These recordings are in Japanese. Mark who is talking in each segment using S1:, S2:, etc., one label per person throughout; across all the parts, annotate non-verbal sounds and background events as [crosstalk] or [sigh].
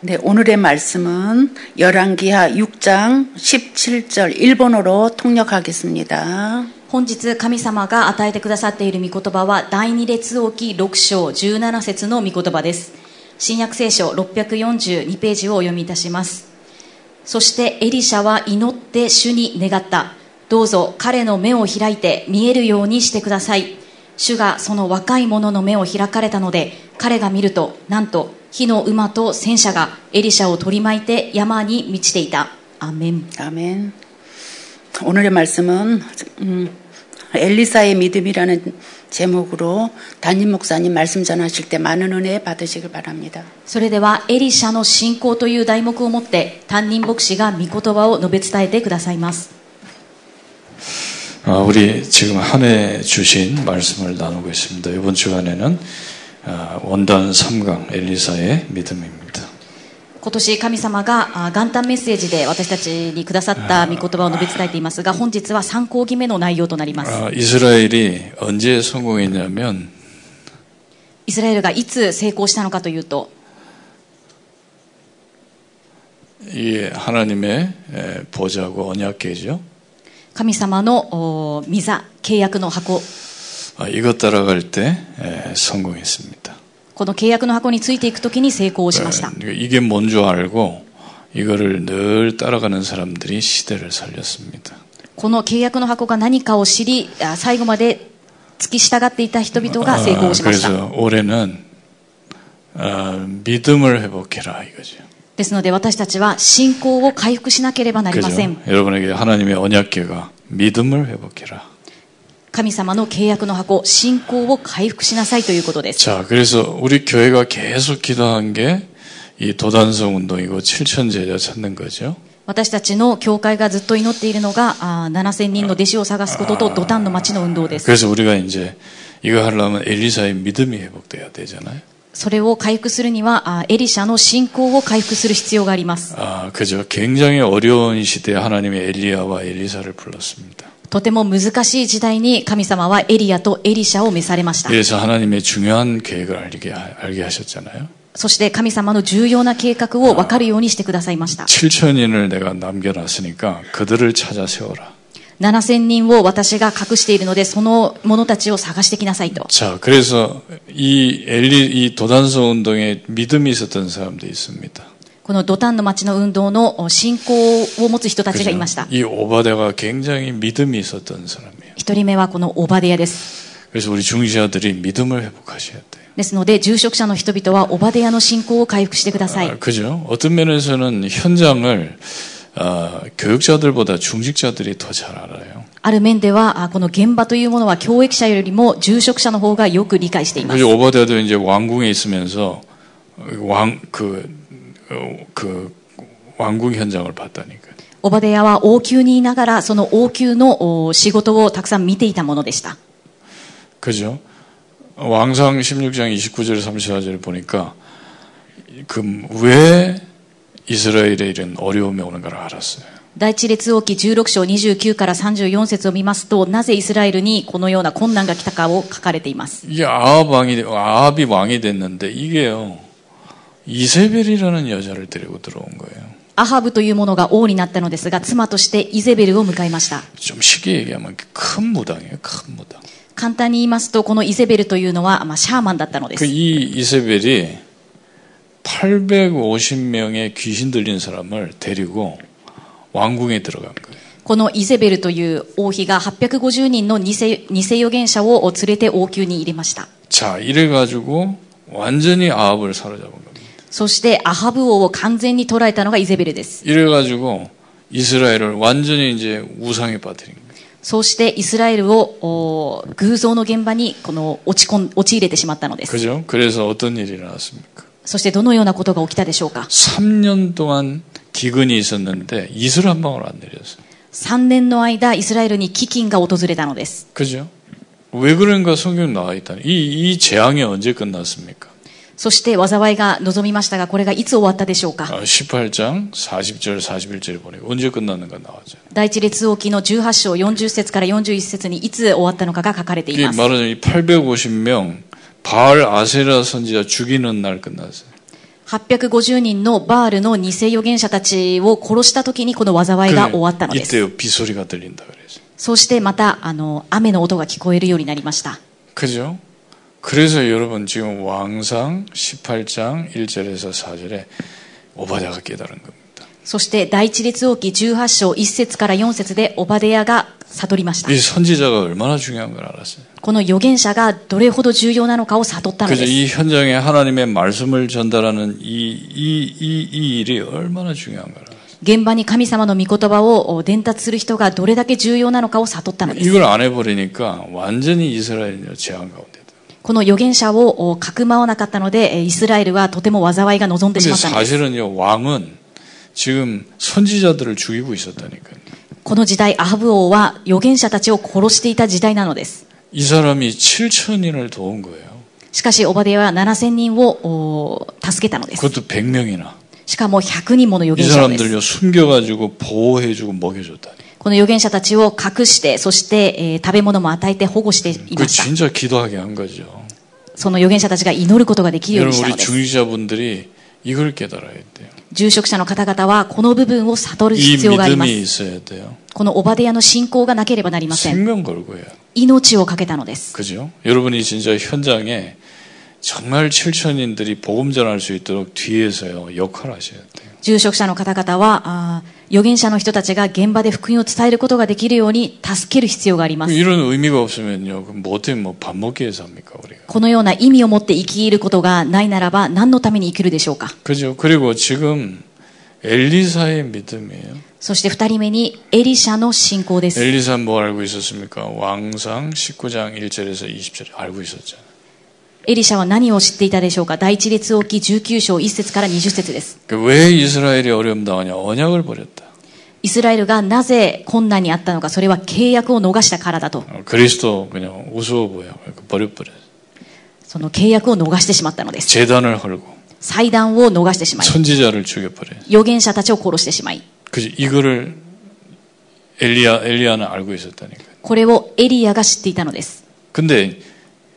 S1: 네, 오늘의 말씀은 열왕기하 6장 17절 일본어로 통역하겠습니다.
S2: 本日神様が与えてくださっている御言葉は第二列王記6章17節の御言葉です新約聖書642ページをお読みいたしますそしてエリシャは祈って主に願ったどうぞ彼の目を開いて見えるようにしてください主がその若い者の目を開かれたので彼が見るとなんと火の馬と戦車がエリシャを取り巻いて山に満ちていたアーメン
S1: 아멘. 오늘의 말씀은 음, 엘리사의 믿음이라는 제목으로 담임 목사님 말씀 전하실 때 많은 은혜 받으시길 바랍니다.
S2: それではエリシャの信仰という題目をもって担任牧師が御言葉を述べ伝えてくださいます
S3: 아, 우리 지금 한 해 주신 말씀을 나누고 있습니다. 이번 주간에는 아, 원단 3강 엘리사의 믿음입니다.
S2: 今年神様があ元旦メッセージで私たちにくださった御言葉を述べ伝えていますが本日は参考決めの内容となります
S3: 아, 이스라엘이 언제 성공했냐면
S2: イスラエルがいつ成功したのかというと
S3: 이게 하나님의 에, 보좌고 언약계죠.
S2: 神様のお御座契約の箱
S3: 아, 이것 따라갈 때 에, 성공했습니다.
S2: この契約の箱についていくときに成功をしました
S3: 에, 어, 이게 뭔 줄 알고 이거를 늘 따라가는 사람들이 시대를 살렸습니다.
S2: この契約の箱が何かを知りあ最後まで付き従っていた人々が成
S3: 아,
S2: 功をしました
S3: 그래서 올해는 아, 믿음을 회복해라 이거죠.
S2: ですので私たちは信仰を回復しなければなりま
S3: 그죠?
S2: せん
S3: 여러분에게 하나님의 언약계가 믿음을 회복해라.
S2: 神様の契約の箱信仰を回復しなさいということです
S3: 자, 그래서 우리 교회가 계속 기도한 게 이 도단성 운동이고 칠천 제자 찾는 거죠.
S2: 私たちの教会がずっと祈っているのがあー7000人の弟子を探すことと土壇の町の運動です
S3: 그래서 우리가 이제 이거 하려면 엘리사의 믿음이 회복돼야 되잖아요.
S2: それを回復するにはあーエリシャの信仰を回復する必要があります
S3: 아, 그죠. 굉장히 어려운 시대에 하나님의 엘리야와 엘리사를 불렀습니다.
S2: とても難しい時代に神様はエリアとエリシャを召されました
S3: 그래서 하나님의 중요한 계획을 알게, 알게 하셨잖아요.
S2: そして神様の重要な計画を分かるようにしてくださいました
S3: 7천인을 내가 남겨놨으니까 그들을 찾아 세워라.
S2: 7000人を私が隠しているのでその者たちを探してきなさいと
S3: 자, 그래서 이 엘리 이 도단서 운동에 믿음이 있었던 사람도 있습니다.
S2: このドタンの町の運動の信仰を持つ人たちがいました。
S3: 이 오바데가 굉장히 믿음이 있었던 사람이에요.
S2: 一人目はこのオバデヤです。
S3: 그래서 우리 중시자들이 믿음을 회복하셔야 돼요.
S2: ですので、住職者の人々はオバデヤの信仰を回復してくださ
S3: 아,
S2: い。
S3: 그죠? 어떤 면에서는 현장을 아, 교육자들보다 중직자들이 더 잘 알아요.
S2: ある面では、あこの現場というものは教育者よりも住職者の方がよく理解しています。
S3: 그리고 오바데도 이제 왕궁에 있으면서 왕그그 그 왕궁 현장을 봤다니까. 요
S2: オバデヤは王宮にいながら、その王宮のお仕事をたくさん見ていたものでした。
S3: 그죠? 왕상 16장 29절 34절을 보니까 그 왜 이스라엘에 이런 어려움이 오는가를 알았어요.
S2: 第一列王記16章29から34節を見ますと、なぜイスラエルにこのような困難が来たかを書かれています。
S3: 이게 아합 왕이 아합이 왕이 됐는데 이게요 이세벨이라는 여자를 데리고 들어온 거예요.
S2: アハブというものが王になったのですが、妻としてイゼベルを迎えました。
S3: 좀 쉽게 얘기하면 큰 무당이에요. 큰 무당.
S2: 簡単に言いますと、このイゼベルというのは、まあ、シャーマンだったのです。
S3: 그 이 이세벨이 850명의 귀신 들린 사람을 데리고 왕궁에 들어간 거예요.
S2: このイゼベルという王妃が850人の偽偽預言者を連れて王宮に入れました。
S3: 자, 이래가지고 완전히 아합을 사로잡은 겁니다.
S2: そして、アハブ王を完全に捉えたのがイゼベルです。
S3: 이래가지고 이스라엘을 완전히 이제 우상에 빠뜨린 거예요.
S2: そうして、イスラエルをおー偶像の現場にこの落ち込ん陥れてしまったのです。
S3: 그죠? 그래서 어떤 일이 일어났습니까?
S2: そして、どのようなことが起きたでしょうか
S3: 3년 동안 기근이 있었는데 이슬 한 방울 안 내렸어요.
S2: 3年の間、イスラエルに飢饉が訪れたのです。
S3: 그죠? 왜 그런가 성경 나와 있다. 이, 이 재앙이 언제 끝났습니까?
S2: そして、災いが望みましたが、これがいつ終わったでしょうか
S3: 아, 18장 40절 41절에 보니까 언제 끝났는가 나와죠.
S2: 第一列王記の18章40節から41節にいつ終わったのかが書かれてい
S3: 이게
S2: ます。
S3: 말하자면 850명 바알 아세라 선지자 죽이는 날 끝났어요.
S2: 850人のバールの偽預言者たちを殺した時にこの災いが終わったのです
S3: 그 이때요 비소리가 들린다 그래서.
S2: そしてまたあの雨の音が聞こえるようになりました
S3: 그죠? 그래서 여러분 지금 왕상 18장 1절에서 4절에 오바댜가 깨달은 겁니다.
S2: そして第一列王記18章1節から4節でオバデヤが悟りました
S3: 이 선지자가 얼마나 중요한 걸 알았어요.
S2: この預言者がどれほど重要なのかを悟ったの
S3: 그래서
S2: です
S3: 이 현장에 하나님의 말씀을 전달하는 이 이 이 이, 이 일이 얼마나 중요한 걸 알았어요.
S2: 現場に神様の御言葉をお伝達する人がどれだけ重要なのかを悟ったのです
S3: 이걸 안 해버리니까 완전히 이스라엘이 제한 가운데.
S2: この預言者をおかくまわなかったのでえーイスラエルはとても災いが望んでし
S3: 근데
S2: まったのです
S3: 사실은요 왕은 지금 선지자들을 죽이고 있었다니까요.
S2: この時代アハブ王は預言者たちを殺していた時代なのです
S3: 이 사람이 7천인을 도운 거예요.
S2: しかしオバデヤは7000人をお助けたのです
S3: 그것도 100명이나.
S2: しかも100人もの預
S3: 이
S2: 言者です
S3: 사람들요 숨겨가지고 보호해주고 먹여줬다니.
S2: この預言者たちを隠してそして、えー食べ物も与えて保護してい
S3: 그
S2: ました
S3: 진짜 기도하게 한 거죠.
S2: その預言者たちが祈ることができるようにした
S3: 여러분
S2: の
S3: 우리
S2: です
S3: 중직자분들이 이걸 깨달아야 돼요.
S2: 住職者の方々はこの部分を悟る
S3: 이
S2: 必要があります
S3: 믿음이 있어야 돼요.
S2: このオバデヤの信仰がなければなりません。
S3: 생명 걸고 해요.
S2: 命をかけたのです。
S3: 그죠? 여러분이 진짜 현장에 정말 7천인들이 복음 전할 수 있도록 뒤에서요 역할하셔야 돼요.
S2: 住職者の方々は、あー預言者の人たちが現場で福音を伝えることができるように助ける必要がありま
S3: 그럼
S2: す。
S3: 이런 의미가 없으면요, 그럼 뭐 어떻게 뭐 밥 먹기 위해서 합니까 우리가?
S2: このような意味を持って生きることがないならば何のために生きるでしょうか
S3: 그죠? 그리고 지금 엘리사의 믿음이에요.
S2: そして二人目にエリシャの信仰です。
S3: 엘리사 뭐 알고 있었습니까? 왕상 19장 1절에서 20절 알고 있었잖아요.
S2: エリシャは何を知っていたでしょうか第一列王記19章1節から20節です。
S3: 그 왜 이스라엘이 어려움 당하냐? 언약을 버렸다.
S2: イスラエルがなぜ困難にあったのか、それは契約を逃したからだと。
S3: 어, 그리스도 그냥 우스워 보여. 그러니까 버려버려.
S2: その契約を逃してしまったのです。
S3: 재단을 헐고
S2: 祭壇を逃してしまい、
S3: 선지자를 죽여버려.
S2: 預言者たちを殺してしまい、
S3: 그죠? 이거를 엘리야 엘리야는 알고 있었다니까.
S2: これをエリアが知っていたのです。
S3: 근데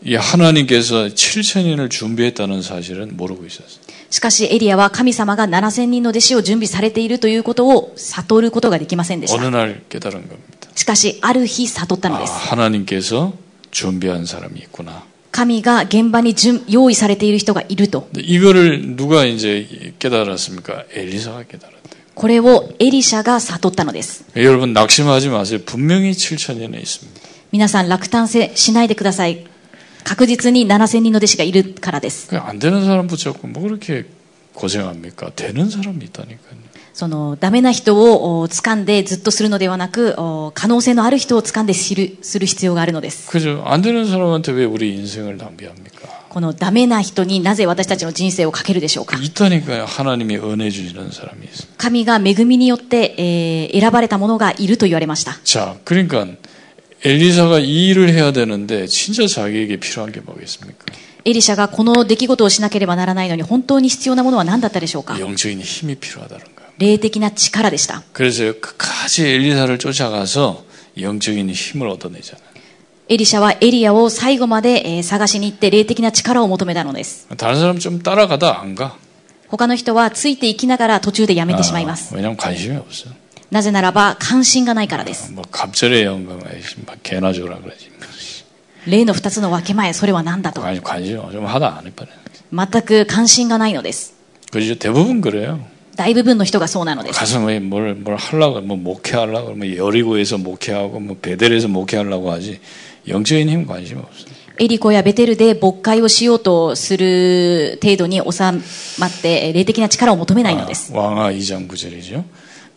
S3: 이 하나님께서 7천인을 준비했다는 사실은 모르고 있었어요.
S2: しかしエリアは神様が7000人の弟子を準備されているということを悟ることができませんでし
S3: 어느
S2: た。
S3: 날 깨달은 겁니다.
S2: しかし、ある日悟った
S3: 아,
S2: のです。
S3: 하나님께서 준비한 사람이 있구나.
S2: 神が現場に準用意されている人がいると。
S3: 근데 이거를 누가 이제 깨달았습니까? 엘리사가 깨달았대요.
S2: これをエリシャが悟ったのです。
S3: 여러분 낙심하지 마세요. 분명히 7천인에 있습니다.
S2: 皆さん落胆せしないでください。確実に7000人の弟子がいるからです。
S3: 그안 되는 사람 붙잡고 뭐 그렇게 고생합니까? 되는 사람이 있다니까요.
S2: その、ダメな人をお掴んでずっとするのではなく、お可能性のある人を掴んで知る、する必要があるのです。
S3: 그죠? 안 되는 사람한테 왜 우리 인생을 낭비합니까?
S2: このダメな人になぜ私たちの人生をかけるでしょうか
S3: 그 있다니까요. 하나님이 은혜 주시는 사람이 있어요.
S2: 神が恵みによって、えー選ばれた者がいると言われました。
S3: 자, 그러니까 엘리사가 이 일을 해야 되는데 진짜 자기에게 필요한 게 뭐겠습니까?
S2: エリシャがこの出来事をしなければならないのに本当に必要なものは何だったでしょうか
S3: 그 영적인 힘이 필요하다는 거예요.
S2: 霊的な力でした。
S3: 그래서 끝까지 엘리사를 쫓아가서 영적인 힘을 얻어내잖아요.
S2: エリシャはエリアを最後まで、えー探しに行って霊的な力を求めたのです。
S3: 다른 사람 좀 따라가다 안 가.
S2: 他の人はついていきながら途中でやめてしまいます。
S3: 왜냐면 관심이 없어.
S2: なぜならば関心がないからです。
S3: 뭐 갑절의 영광 아이씨, 막 개나 줘라 그러지.
S2: 霊の二つの分け前、それは何だと。
S3: 관심 관심 좀 하다 안 해봐요.
S2: 全く関心がないのです。
S3: 그죠? 대부분 그래요.
S2: 大部分の人がそうなのです。
S3: 가서 뭐뭘뭘 하려고 뭐 목회하려고 뭐 여리고에서 목회하고 뭐 베델에서 목회하려고 하지 영적인 힘 관심 없어.
S2: エリコやベテルで牧会をしようとする程度に収まって、えー霊的な力を求めないのです。
S3: 아, 왕하 2장 9절이죠.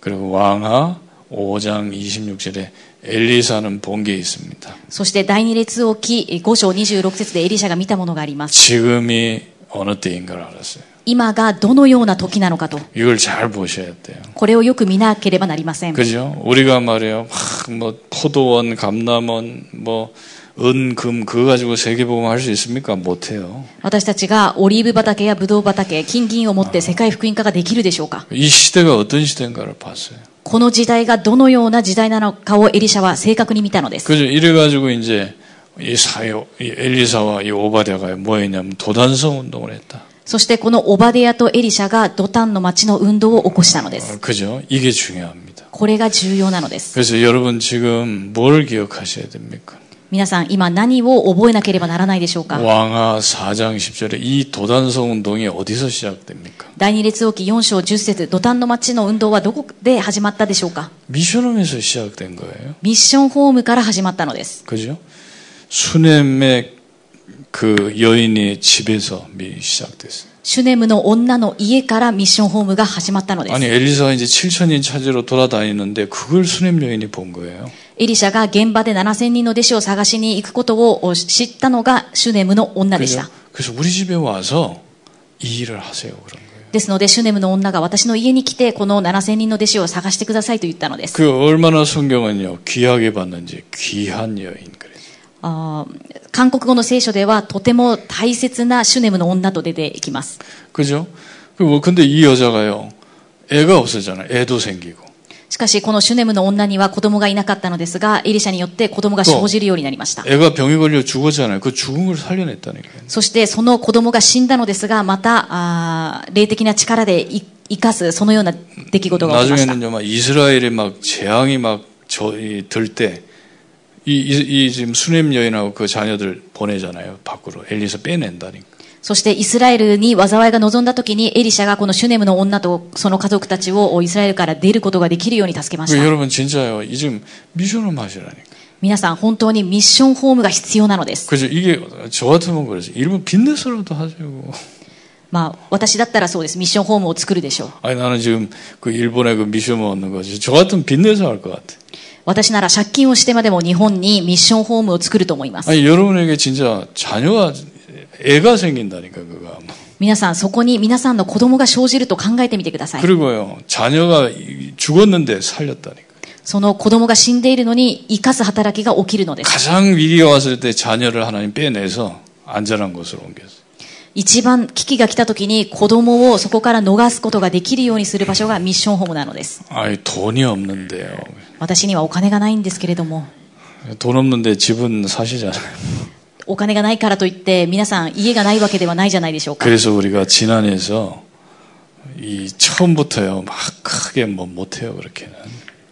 S3: 그리고 왕하 5장 26절에 엘리사는 본 게 있습니다.
S2: そして第二列王記えー5章26節でエリシャが見たものがあります。
S3: 지금이 어느 때인 걸 알았어요.
S2: 今がどのような時なのかと、
S3: 이걸 잘 보셔야 돼요.
S2: これをよく見なければなりません。
S3: 그죠? 우리가 말이에요. 막, 뭐, 포도원, 감남원, 뭐, 은, 금, 그거 가지고 세계복음 할 수 있습니까? 못해요.
S2: 私たちがオリーブ畑やブドウ畑、金銀を持って世界福音化ができるでしょうか
S3: 이 시대가 어떤 시대인가를 봤어요.
S2: この時代がどのような時代なのかをエリシャは正確に見たのです。
S3: 그죠? 이래가지고 이제, 이 사요, 이 엘리사와 이 오바댜가 뭐했냐면 도단성 운동을 했다.
S2: そしてこのオバデヤとエリシャがドタンの町の運動を起こしたのです
S3: 어, 그죠? 이게 중요합니다.
S2: これが重要なのです
S3: 그래서 여러분 지금 뭘 기억하셔야 됩니까?
S2: 皆さん今何を覚えなければならないでしょうか
S3: 왕하 4장 10절에 이 도단성 운동이 어디서 시작됩니까?
S2: 第二列王記4章10節土壇の町の運動はどこで始まったでしょうか
S3: 미션홈에서 시작된 거예요.
S2: ミッションホームから始まったのです
S3: 그죠? 수넴의 그 여인의 집에서 미 시작됐어요.
S2: シュネムの女の家からミッションホームが始まったので
S3: 아니
S2: す
S3: 엘리사가 이제 7천인 찾으러 돌아다니는데 그걸 수넴 여인이 본 거예요.
S2: エリシャが現場で7000人の弟子を探しに行くことを知ったのがシュネムの女でし
S3: 그죠?
S2: た
S3: 그래서 우리 집에 와서 이 일을 하세요 그런 거예요.
S2: ですのでシュネムの女が私の家に来てこの7000人の弟子を探してくださいと言ったのです
S3: 그 얼마나 성경은요 귀하게 봤는지 귀한 여인 그래요.
S2: あー韓国語の聖書ではとても大切なシュネムの女と出てきます
S3: 그죠? 그 뭐 근데 이 여자가요 애가 없었잖아요. 애도 생기고
S2: しかし、このシュネムの女には子供がいなかったのですが、エリシャによって子供が生じるようになりました。
S3: 애가 병에 걸려 죽었잖아요. 그 죽은 걸 살려냈다니까요.
S2: そして、その子供が死んだのですが、また、あー霊的な力でい生かす、そのような出来事が起きました。
S3: 나중에는요 막 이스라엘에 막 재앙이 막저들때 이, 이, 이 지금 수넴 여인하고 그 자녀들 보내잖아요 밖으로 엘리서 빼낸다니까
S2: そして、イスラエルに災いが望んだ時に、エリシャがこのシュネムの女とその家族たちをイスラエルから出ることができるように助けまし
S3: 그
S2: た。
S3: 여러분 진짜요 이 지금 미션을 마시라니까
S2: 皆さん、本当にミッションホームが必要なのです。
S3: 그죠 이게 저 같으면 그래서 일본 빚내서라도 하자고
S2: まあ、私だったらそうです。ミッションホームを作るでしょう。
S3: [laughs] 아니 나는 지금 그 일본에 그 미션 얻는 거지 저 같으면 빚내서 할 것 같아
S2: 私なら借金をしてまでも日本にミッションホームを作ると思います。
S3: 아니 여러분에게 진짜 자녀가 애가 생긴다니까 그거 아마.
S2: 皆さん、そこに皆さんの子供が生じると考えてみてください。
S3: 그리고요 자녀가 이- 죽었는데 살렸다니까
S2: その子供が死んでいるのに生かす働きが起きるのです。
S3: 가장 위기가 왔을 때 자녀를 하나님 빼내서 안전한 곳으로 옮겼어요.
S2: 一番危機が来た時に子供をそこから逃すことができるようにする場所がミッションホームなのです。
S3: 아니 돈이 없는데요.
S2: 私にはお金がないんですけれども、
S3: 돈 없는데 집은 사시잖아요.
S2: お金がないからといって皆さん家がないわけではないじゃないでしょうか。
S3: 그래서 우리가 지난해에서 이 처음부터요 막 크게 뭐 못해요 그렇게는.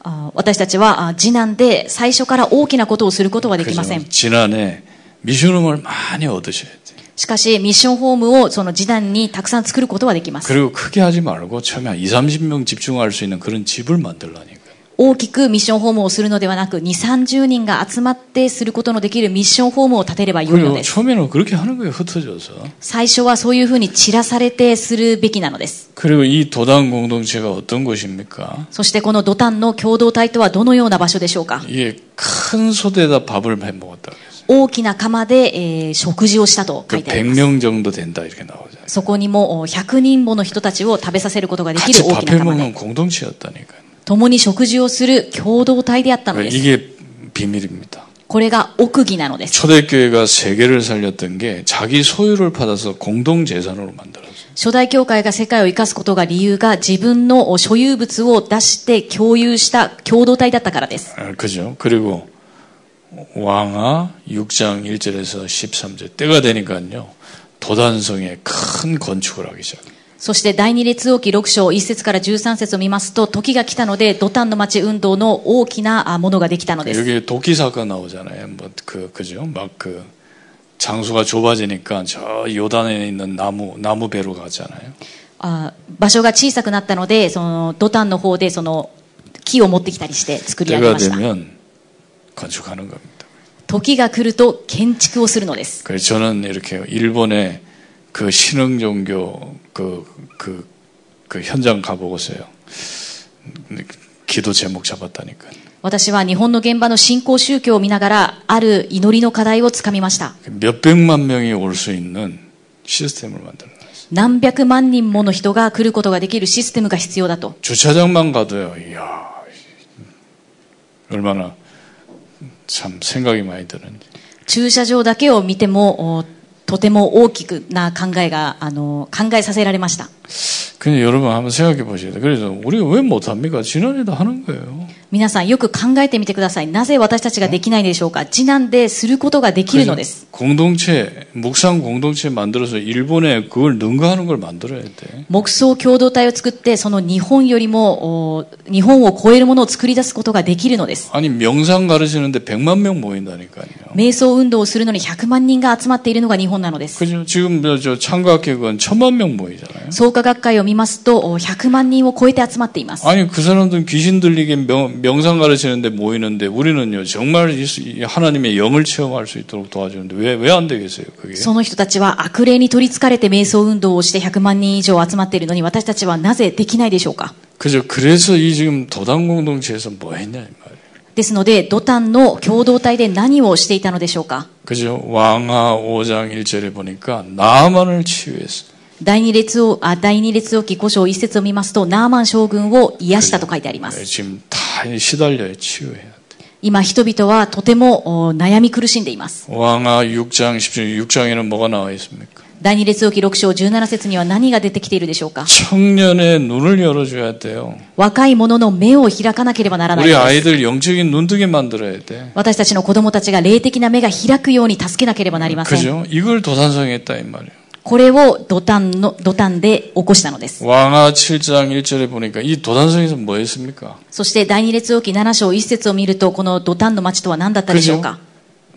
S2: あ私たちはあ次男で最初から大きなことをすることはできませ
S3: 그래서
S2: ん。
S3: 지난해 미션음을 많이 얻으셔야 돼요.
S2: しかし、ミッションホームをその次男にたくさん作ることはできます。
S3: 그리고 크게 하지 말고 처음에 한 2, 30명 집중할 수 있는 그런 집을 만들라니까.
S2: 大きくミッションホームをするのではなく、2、30人が集まってすることのできるミッションホームを建てればよいの
S3: 그리고
S2: です。
S3: 처음에는 그렇게 하는 거예요 흩어져서.
S2: 最初はそういうふうに散らされてするべきなのです。
S3: 그리고 이 도당 공동체가 어떤 곳입니까?
S2: そしてこの土壇の共同体とはどのような場所でしょうか
S3: 이게 큰 소대에다 밥을 해 먹었다 그랬어요.
S2: 大きな釜で、えー食事をしたと書
S3: 그
S2: いてあります。
S3: 100명 정도 된다 이렇게 나오잖아요.
S2: そこにもお100人もの人たちを食べさせることができ
S3: 같이
S2: る大き
S3: 밥
S2: な
S3: 해
S2: 釜で、
S3: 먹는 공동체였다니까요.
S2: 共に食事をする共同体であったのです。
S3: 이게 비밀입니다.
S2: これが奥義なのです。
S3: 초대교회가 세계를 살렸던 게 자기 소유를 받아서 공동 재산으로 만들었어요.
S2: 初代教会が世界を生かすことが理由が自分の所有物を出して共有した共同体だったからです。
S3: 아, 그죠? 그리고 왕하 6장 1절에서 13절 때가 되니까요. 도단성에 큰 건축을 하기 시작해요.
S2: そして第二列王記6章1節から13節を見ますと、時が来たので、土壇の町運動の大きなあものができたのです。
S3: 네, 여기 도끼 사건 나오잖아요. 뭐 그 그죠? 막 그 장소가 좁아지니까 저 요단에 있는 나무 나무 배로 가잖아요.
S2: あ場所が小さくなったので、その土壇の方でその木を持ってきたりして作り上げ
S3: 때가
S2: ました。
S3: 되면 건축하는 겁니다.
S2: 時が来ると建築をするのです。
S3: 그래서 저는 이렇게 일본의 그 신흥 종교 그그그 그 현장 가보고서요. 기도 제목 잡았다니까.
S2: 私は日本の現場の信仰宗教を見ながら、ある祈りの課題をつかみました。
S3: 그 몇 백만 명이 올 수 있는 시스템을 만들어놨어요.
S2: 何百万人もの人が来ることができるシステムが必要だと。
S3: 주차장만 가도요. 이야 얼마나 참 생각이 많이 드는지.
S2: 駐車場だけを見ても、おとても大きくな考えが、あの、考えさせられました。
S3: 그냥 여러분 한번 생각해 보시게 돼. 그래서 우리가 왜 못합니까? 지난해도 하는 거예요.
S2: 皆さんよく考えてみてください。なぜ私たちができないでしょうか次男ですることができるのです。
S3: 공동체, 묵상 공동체 만들어서 일본에 그걸 능가하는 걸 만들어야 돼.
S2: 木葬共同体を作って、その日本よりも、お日本を超えるものを作り出すことができるのです。
S3: 아니 명상 가르치는데 100만 명 모인다니까요.
S2: 瞑想運動をするのに100万人が集まっているのが日本なのです。
S3: 그죠? 지금 저, 저 창과학회관 1000만 명 모이잖아요.
S2: 創価学会を見ますと、お100万人を超えて集まっています。
S3: 아니 그 사람들은 귀신 들리게 명, 명상 가르치는데 모이는데 우리는요 정말 이 수- 이 하나님의 영을 체험할 수 있도록 도와주는데 왜 왜 안 되겠어요 그게?
S2: その人たちは悪霊に取りつかれて瞑想運動をして100万人以上集まっているのに私たちはなぜできないでしょうか
S3: 그죠? 그래서 이 지금 도당 공동체에서 뭐 했냐 이 말이에요.
S2: ですので、土壇の共同体で何をしていたのでしょうか
S3: 그죠? 왕하 5장 1절에 보니까 나만을 치유했어.
S2: 第二列王、あ、第二列王記5章1節を見ますと、ナーマン将軍を癒したと書いてあります。
S3: 지금 다 시달려요 치유해야 돼.
S2: 今人々はとてもお悩み苦しんでいます。
S3: 왕하 6장 10절 6장에는 뭐가 나와 있습니까?
S2: 第二列王記6章17節には何が出てきているでしょうか
S3: 청년의 눈을 열어줘야 돼요.
S2: 若い者の目を開かなければならない
S3: 우리
S2: のです。
S3: 아이들 네, 영적인 눈뜨게 만들어야 돼.
S2: 私たちの子供たちが霊的な目が開くように助けなければなりません。
S3: 그죠? 이걸 도산성했다 이 말이에요.
S2: これを土壇の、土壇で起こしたのです。
S3: 왕하 7장 1절에 보니까 이 도산성에서 뭐 했습니까?
S2: そして第二列王記7章1節を見ると、この土壇の町とは何だったでしょうか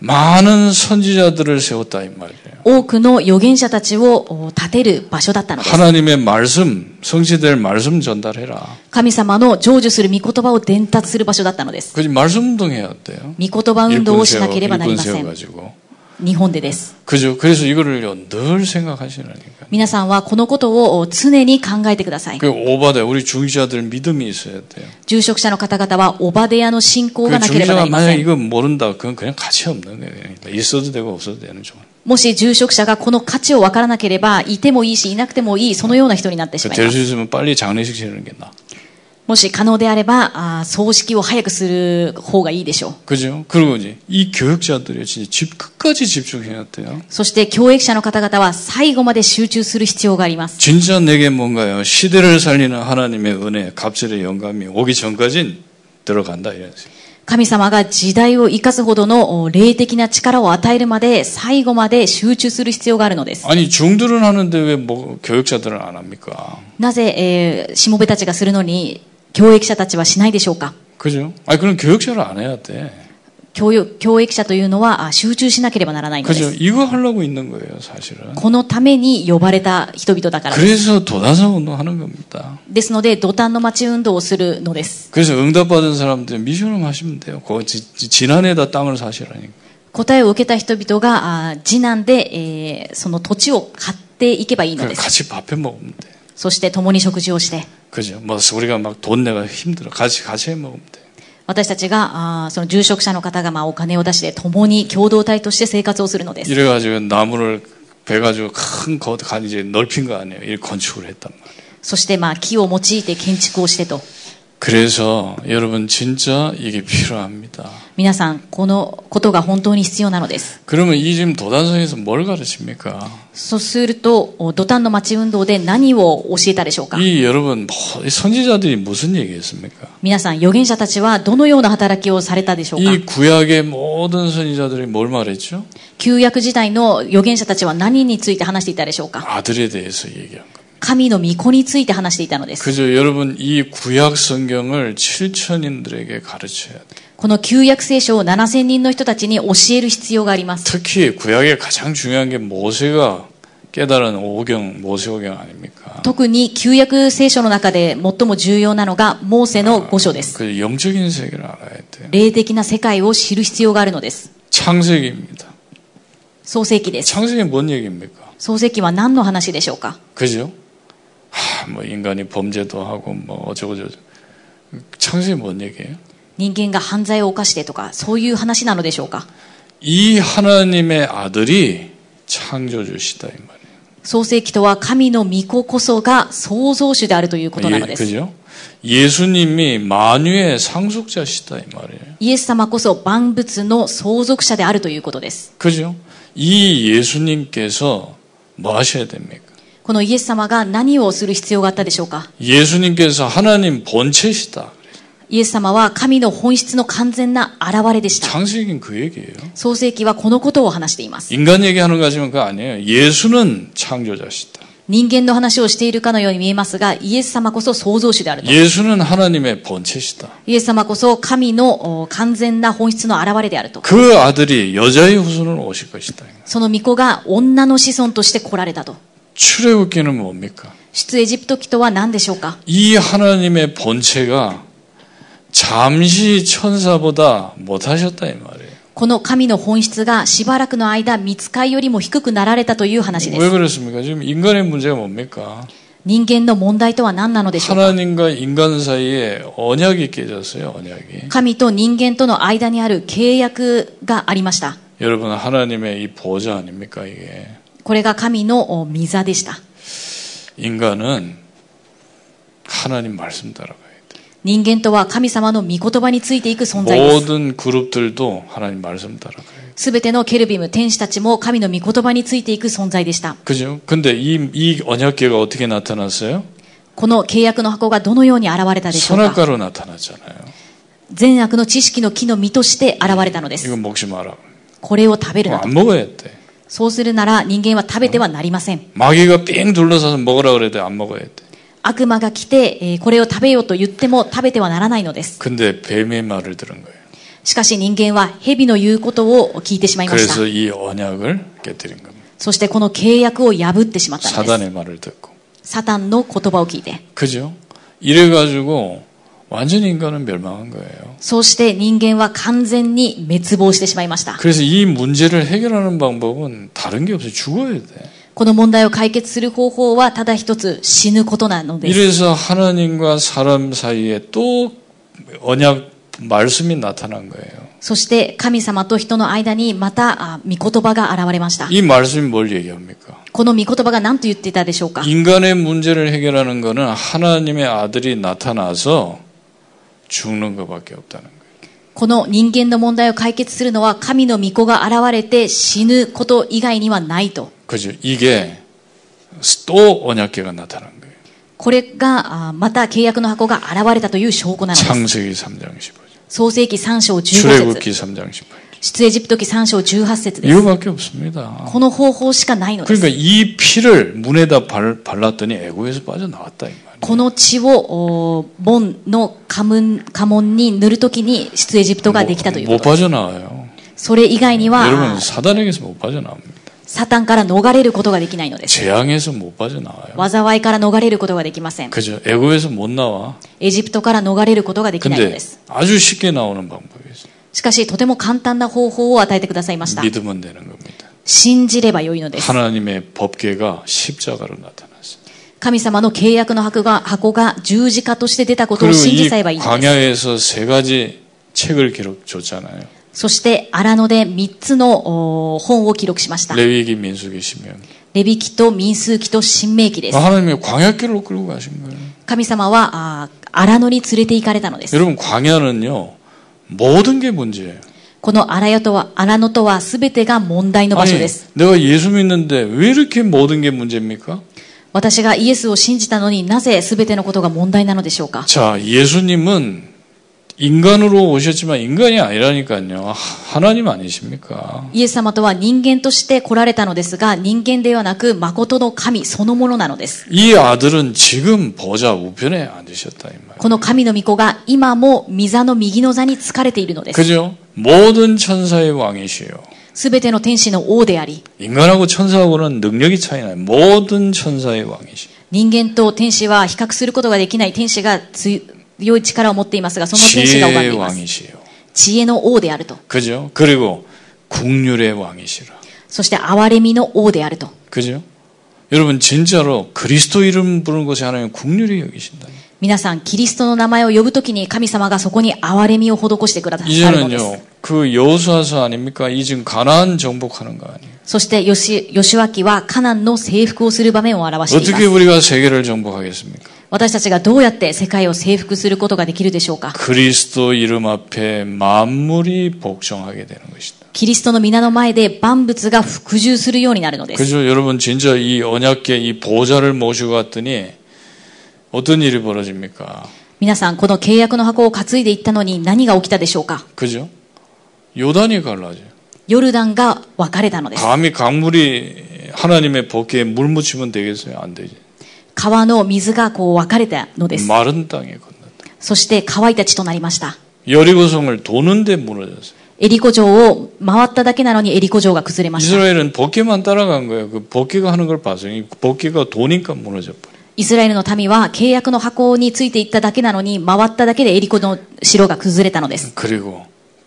S3: 많은 선지자들을 세웠다 이 말이에요.
S2: 多くの預言者たちをお立てる場所だったのです。
S3: 하나님의 말씀, 성취될 말씀 전달해라.
S2: 神様の成就する御言葉を伝達する場所だったのです。
S3: 그지 말씀 운동해야 돼요.
S2: 御言葉運動
S3: 일꾼
S2: をしな
S3: 세워,
S2: ければなり
S3: 일꾼
S2: ません。
S3: 세워가지고.
S2: 日本でです。
S3: 그죠? 그래서 이거를요, 늘 생각하시라니까.
S2: 皆さんはこのことを常に考えてください。
S3: 그 오바데 우리 중지자들 믿음이 있어야 돼요.
S2: 住職者の方々はオバデヤの信仰
S3: 그
S2: がなければな
S3: 중지자가
S2: りま
S3: 만약
S2: せん。
S3: 이거 모른다, 그건 그냥 가치 없는 거예요. 그러니까 있어도 되고 없어도 되는 종은.
S2: もし住職者がこの価値をわからなければ、いてもいいし、いなくてもいい、そのような人になってしまいま
S3: 그 될
S2: す。
S3: 수 있으면 빨리 장례식 치르는 게 나.
S2: もし可能であれば、あー葬式を早くする方がいいでしょう。
S3: 그죠? 그리고 이제 이 교육자들이 진짜 집 끝까지 집중해야 돼요.
S2: そして教育者の方々は最後まで集中する必要があります。
S3: 진짜 내게 뭔가요? 시대를 살리는 하나님의 은혜, 갑절의 영감이 오기 전까진 들어간다 이런 식으로.
S2: 神様が時代を生かすほどのお霊的な力を与えるまで、最後まで集中する必要があるのです。
S3: 아니 중들은 하는데 왜 뭐 교육자들은 안 합니까?
S2: なぜ、えー、しもべたちがするのに、教育者たちはしないでしょうか
S3: 그죠? 아니 그럼 교육자를 안 해야 돼.
S2: 教育教育者というのはあ集中しなければならないので
S3: 그죠?
S2: す。
S3: 이거 하려고 있는 거예요, 사실은.
S2: このために呼ばれた人々だからです。
S3: 그래서 도단성 운동하는 겁니다.
S2: ですので、土壇の町運動をするのです。
S3: 그래서 응답받은 사람들 미션을 하시면 돼요. 그거 지- 지- 지난해다 땅을 사시라니까.
S2: 答えを受けた人々が、あ次男で、えーその土地を買っていけばいいの
S3: 그냥
S2: です。
S3: 같이 밥해 먹으면 돼.
S2: そして共に食事をして、
S3: 그죠? 뭐 우리가 막 돈 내가 힘들어. 같이 같이 해 먹으면 돼.
S2: 私たちが、あその住職者の方がまあお金を出して、共に共同体として生活をするのです。
S3: 이래가지고 나무를 베가지고 큰 거, 간 이제 넓힌 거 아니에요. 이 건축을 했단 말이에요.
S2: そして、まあ、木を用いて建築をしてと。
S3: 그래서 여러분 진짜 이게 필요합니다.
S2: 皆さん、このことが本当に必要なのです。
S3: 그러면 이 지금 도단성에서 뭘 가르칩니까?
S2: そうすると、お土壇の町運動で何を教えたでしょうか
S3: 이 여러분 뭐, 이 선지자들이 무슨 얘기했습니까?
S2: 皆さん、預言者たちはどのような働きをされたでしょうか
S3: 이 구약의 모든 선지자들이 뭘 말했죠?
S2: 旧約時代の預言者たちは何について話していたでしょうか
S3: 아들에 대해서 얘기한 거.
S2: 神の御子について話していたのです。
S3: 그죠? 여러분 이 구약 성경을 7천인들에게 가르쳐야 돼.
S2: この旧約聖書を7000人の人たちに教える必要があります。
S3: 특히 구약의 가장 중요한 게 모세가 깨달은 오경 모세오경 아닙니까?
S2: 特に旧約聖書の中で最も重要なのがモーセの5書です。
S3: 그 영적인 세계를 알아야 돼요.
S2: 霊的な世界を知る必要があるのです。
S3: 창세기입니다.
S2: 創世記です。
S3: 창세기 뭔 얘기입니까?
S2: 創世記は何の話でしょうか
S3: 그죠? 하, 뭐 인간이 범죄도 하고 뭐 어쩌고 저쩌고 창세기 뭔 얘기예요?
S2: 人間が犯罪を犯してとか、そういう話なのでしょうか
S3: 이 하나님의 아들이 창조주시다 이 말이에요.
S2: 創世記とは神の御子こそが創造主であるということなの
S3: 예,
S2: です。
S3: 그죠? 예수님이 만유의 상속자시다 이 말이에요.
S2: イエス様こそ万物の相続者であるということです。
S3: 그죠? 이 예수님께서 뭐 하셔야 됩니까?
S2: このイエス様が何をする必要があったでしょうか
S3: 예수님께서 하나님 본체시다.
S2: イエス様は神の本質の完全な現れでした。
S3: 창세기는 그 얘기예요.
S2: 創世記はこのことを話しています。
S3: 인간 얘기하는 거 하지만 그거 아니에요. 예수는 창조자시다.
S2: 人間の話をしているかのように見えますが、イエス様こそ創造主であると。
S3: 예수는 하나님의 본체시다.
S2: イエス様こそ神のお完全な本質の現れであると。
S3: 그 아들이 여자의 후손으로 오실 것이다.
S2: その御子が女の子孫として来られたと。
S3: 출애굽기는 뭡니까?
S2: 出エジプト記とは何でしょうか
S3: 이 하나님의 본체가 잠시 천사보다 못하셨다 이 말이에요.
S2: この神の本質がしばらくの間、見つかいよりも低くなられたという話で
S3: 왜
S2: す。
S3: 그렇습니까? 지금 인간의 문제가 뭡니까?
S2: 人間の問題とは何なのでしょうか
S3: 하나님과 인간 사이에 언약이 깨졌어요. 언약이.
S2: 神と人間との間にある契約がありました。
S3: 여러분 하나님의 이 보좌 아닙니까 이게?
S2: これが神のお御座でした。
S3: 인간은 하나님 말씀 따라가야 돼.
S2: 人間とは神様の御言葉についていく存在です。
S3: 모든 그룹들도 하나님 말씀 따라가요.
S2: すべてのケルビム、天使たちも神の御言葉についていく存在でした。
S3: 그죠? 근데 이, 이 언약계가 어떻게 나타났어요?
S2: この契約の箱がどのように現れたでしょうか
S3: 선악과로 나타났잖아요.
S2: 善悪の知識の木の実として現れたのです。
S3: 이건 먹지 마라.
S2: これを食べる
S3: 그거
S2: なと
S3: 안 먹어야 돼.
S2: そうするなら人間は食べてはなりません。
S3: 마귀가 삥 둘러싸서 먹으라 그래도 안 먹어야 돼.
S2: 悪魔が来て、えーこれを食べようと言っても食べてはならないのです。
S3: 근데 뱀의 말을 들은 거예요.
S2: しかし人間は蛇の言うことを聞いてしまいました
S3: 그래서 。이 언약을 깨뜨린 겁니다.
S2: そしてこの契約を破ってしまったのです。
S3: 사단의 말을 듣고.
S2: サタンの言葉を聞いて。
S3: 그죠? 이래가지고 완전히 인간은 멸망한 거예요.
S2: そうして人間は完全に滅亡してしまいました。
S3: 그래서 이 문제를 해결하는 방법은 다른 게 없어요. 죽어야 돼.
S2: この問題を解決する方法はただ一つ死ぬことなのです。
S3: 이래서 하나님과 사람 사이에 또 언약 말씀이 나타난 거예요.
S2: そして神様と人の間にまたあ御言葉が現れました。
S3: 이 말씀이 뭘 얘기합니까?
S2: この御言葉が何と言っていたでしょうか
S3: 인간의 문제를 해결하는 거는 하나님의 아들이 나타나서 죽는 것밖에 없다는 거예요.
S2: この人間の問題を解決するのは神の御子が現れて死ぬこと以外にはないと。
S3: 그죠? 이게 또 언약계가 나타난 거예요.
S2: これが、あまた契約の箱が現れたという証拠なのです。
S3: 창세기 3장 15절,
S2: 創世紀3章15
S3: 출애굽기
S2: 節
S3: 3장 18절.
S2: 出エジプト記3章18節です。
S3: 이거밖에 없습니다.
S2: この方法しかないのです。
S3: 그러니까 이 피를 문에다 발- 발랐더니 애고에서 빠져나왔다 이 말이에요.
S2: この血をお門の家紋家紋に塗るときに出エジプトができたという
S3: 뭐, 못
S2: こと。
S3: 빠져나와요.
S2: それ以外には
S3: 여러분 、 사단에게서 못 빠져나옵니다.
S2: サタンから逃れることができないのです。
S3: 재앙에서 못 빠져나와요.
S2: 災いから逃れることができません。
S3: 그죠? 애고에서 못 나와.
S2: エジプトから逃れることができないの
S3: 근데
S2: です。
S3: 아주 쉽게 나오는 방법이 있어요.
S2: しかし、とても簡単な方法を与えてくださいました。
S3: 믿으면 되는 겁니다.
S2: 信じればよいの
S3: 네.
S2: です。
S3: 하나님의 법계가 십자가로 나타났어요.
S2: 神様の契約の箱が箱が十字架として出たことを
S3: 그리고
S2: 信じ
S3: 이
S2: さえばいいのです。
S3: 광야에서 세 가지 책을 기록 줬잖아요.
S2: そして、荒野で3つのお本を記録しました。
S3: 레위기, 민수기, 시면.
S2: レビ記と民数記と新明記
S3: 네.
S2: です。
S3: 하나님이 광야길로 끌고 가신 거예요.
S2: 神様はあー荒野に連れて行かれたのです。
S3: 여러분 광야는요 모든 게 문제예요.
S2: この荒野とは、荒野とは全てが問題の場所
S3: 아니
S2: です。
S3: 내가 예수 믿는데 왜 이렇게 모든 게 문제입니까?
S2: 私がイエスを信じたのになぜ全てのことが問題なのでしょうか
S3: 자 예수님은 인간으로 오셨지만 인간이 아니라니까요 하- 하나님 아니십니까?
S2: イエス様とは人間として来られたのですが、人間ではなく誠の神そのものなのです。
S3: 이 아들은 지금 보좌 우편에 앉으셨다 이 말.
S2: この神の御子が今も御座の右の座に疲れているのです。
S3: 그죠? 모든 천사의 왕이시요.
S2: 全ての天使の王であり、
S3: 인간하고 천사하고는 능력이 차이나요. 모든 천사의 왕이시.
S2: 人間と天使は比較することができない天使が強い力を持っていますが、その天使が拝ん
S3: 지혜의
S2: でいます。
S3: 왕이시요.
S2: 知恵の王であると。
S3: 그죠? 그리고 국률의 왕이시라.
S2: そして憐れみの王であると。
S3: 그죠? 여러분 진짜로 그리스도 이름 부르는 것이 하나님 국률이 여기신다.
S2: 皆さん、キリストの名前を呼ぶときに神様がそこに憐れみを施してくださるのです。
S3: 이제는요 그 여호수아서 아닙니까? 이 지금 가나안 정복하는 거 아니에요?
S2: そしてヨシ、ヨシュア記はカナンの征服をする場面を表してい
S3: 어떻게
S2: ます。
S3: 우리가 세계를 정복하겠습니까?
S2: 私たちがどうやって世界を征服することができるでしょうか
S3: 그리스도 이름 앞에 만물이 복종하게 되는 것이다.
S2: キリストの皆の前で万物が服従するようになるのです。
S3: 그죠? 여러분 진짜 이 언약계 이 보좌를 모시고 왔더니 어떤 일이 벌어집니까?
S2: 皆さん、この契約の箱を担いでいったのに何が起きたでしょうか
S3: 그죠? 요단이 갈라져요.
S2: ヨルダンが分かれたのです。
S3: 감히 강물이 하나님의 복에 물 묻히면 되겠어요? 안 되지.
S2: 川の水がこう分かれたのです。
S3: 마른 땅에 건넌다.
S2: そして乾いた地となりました。
S3: 여리고성을 도는데 무너졌어요.
S2: エリコ城を回っただけなのにエリコ城が崩れました。
S3: 이스라엘은 복개만 따라간 거예요. 그 복개가 하는 걸 봐서 이 복개가 도니까 무너져 버려.
S2: イスラエルの民は契約の箱についていっただけなのに回っただけでエリコの城が崩れたのです。
S3: 그리고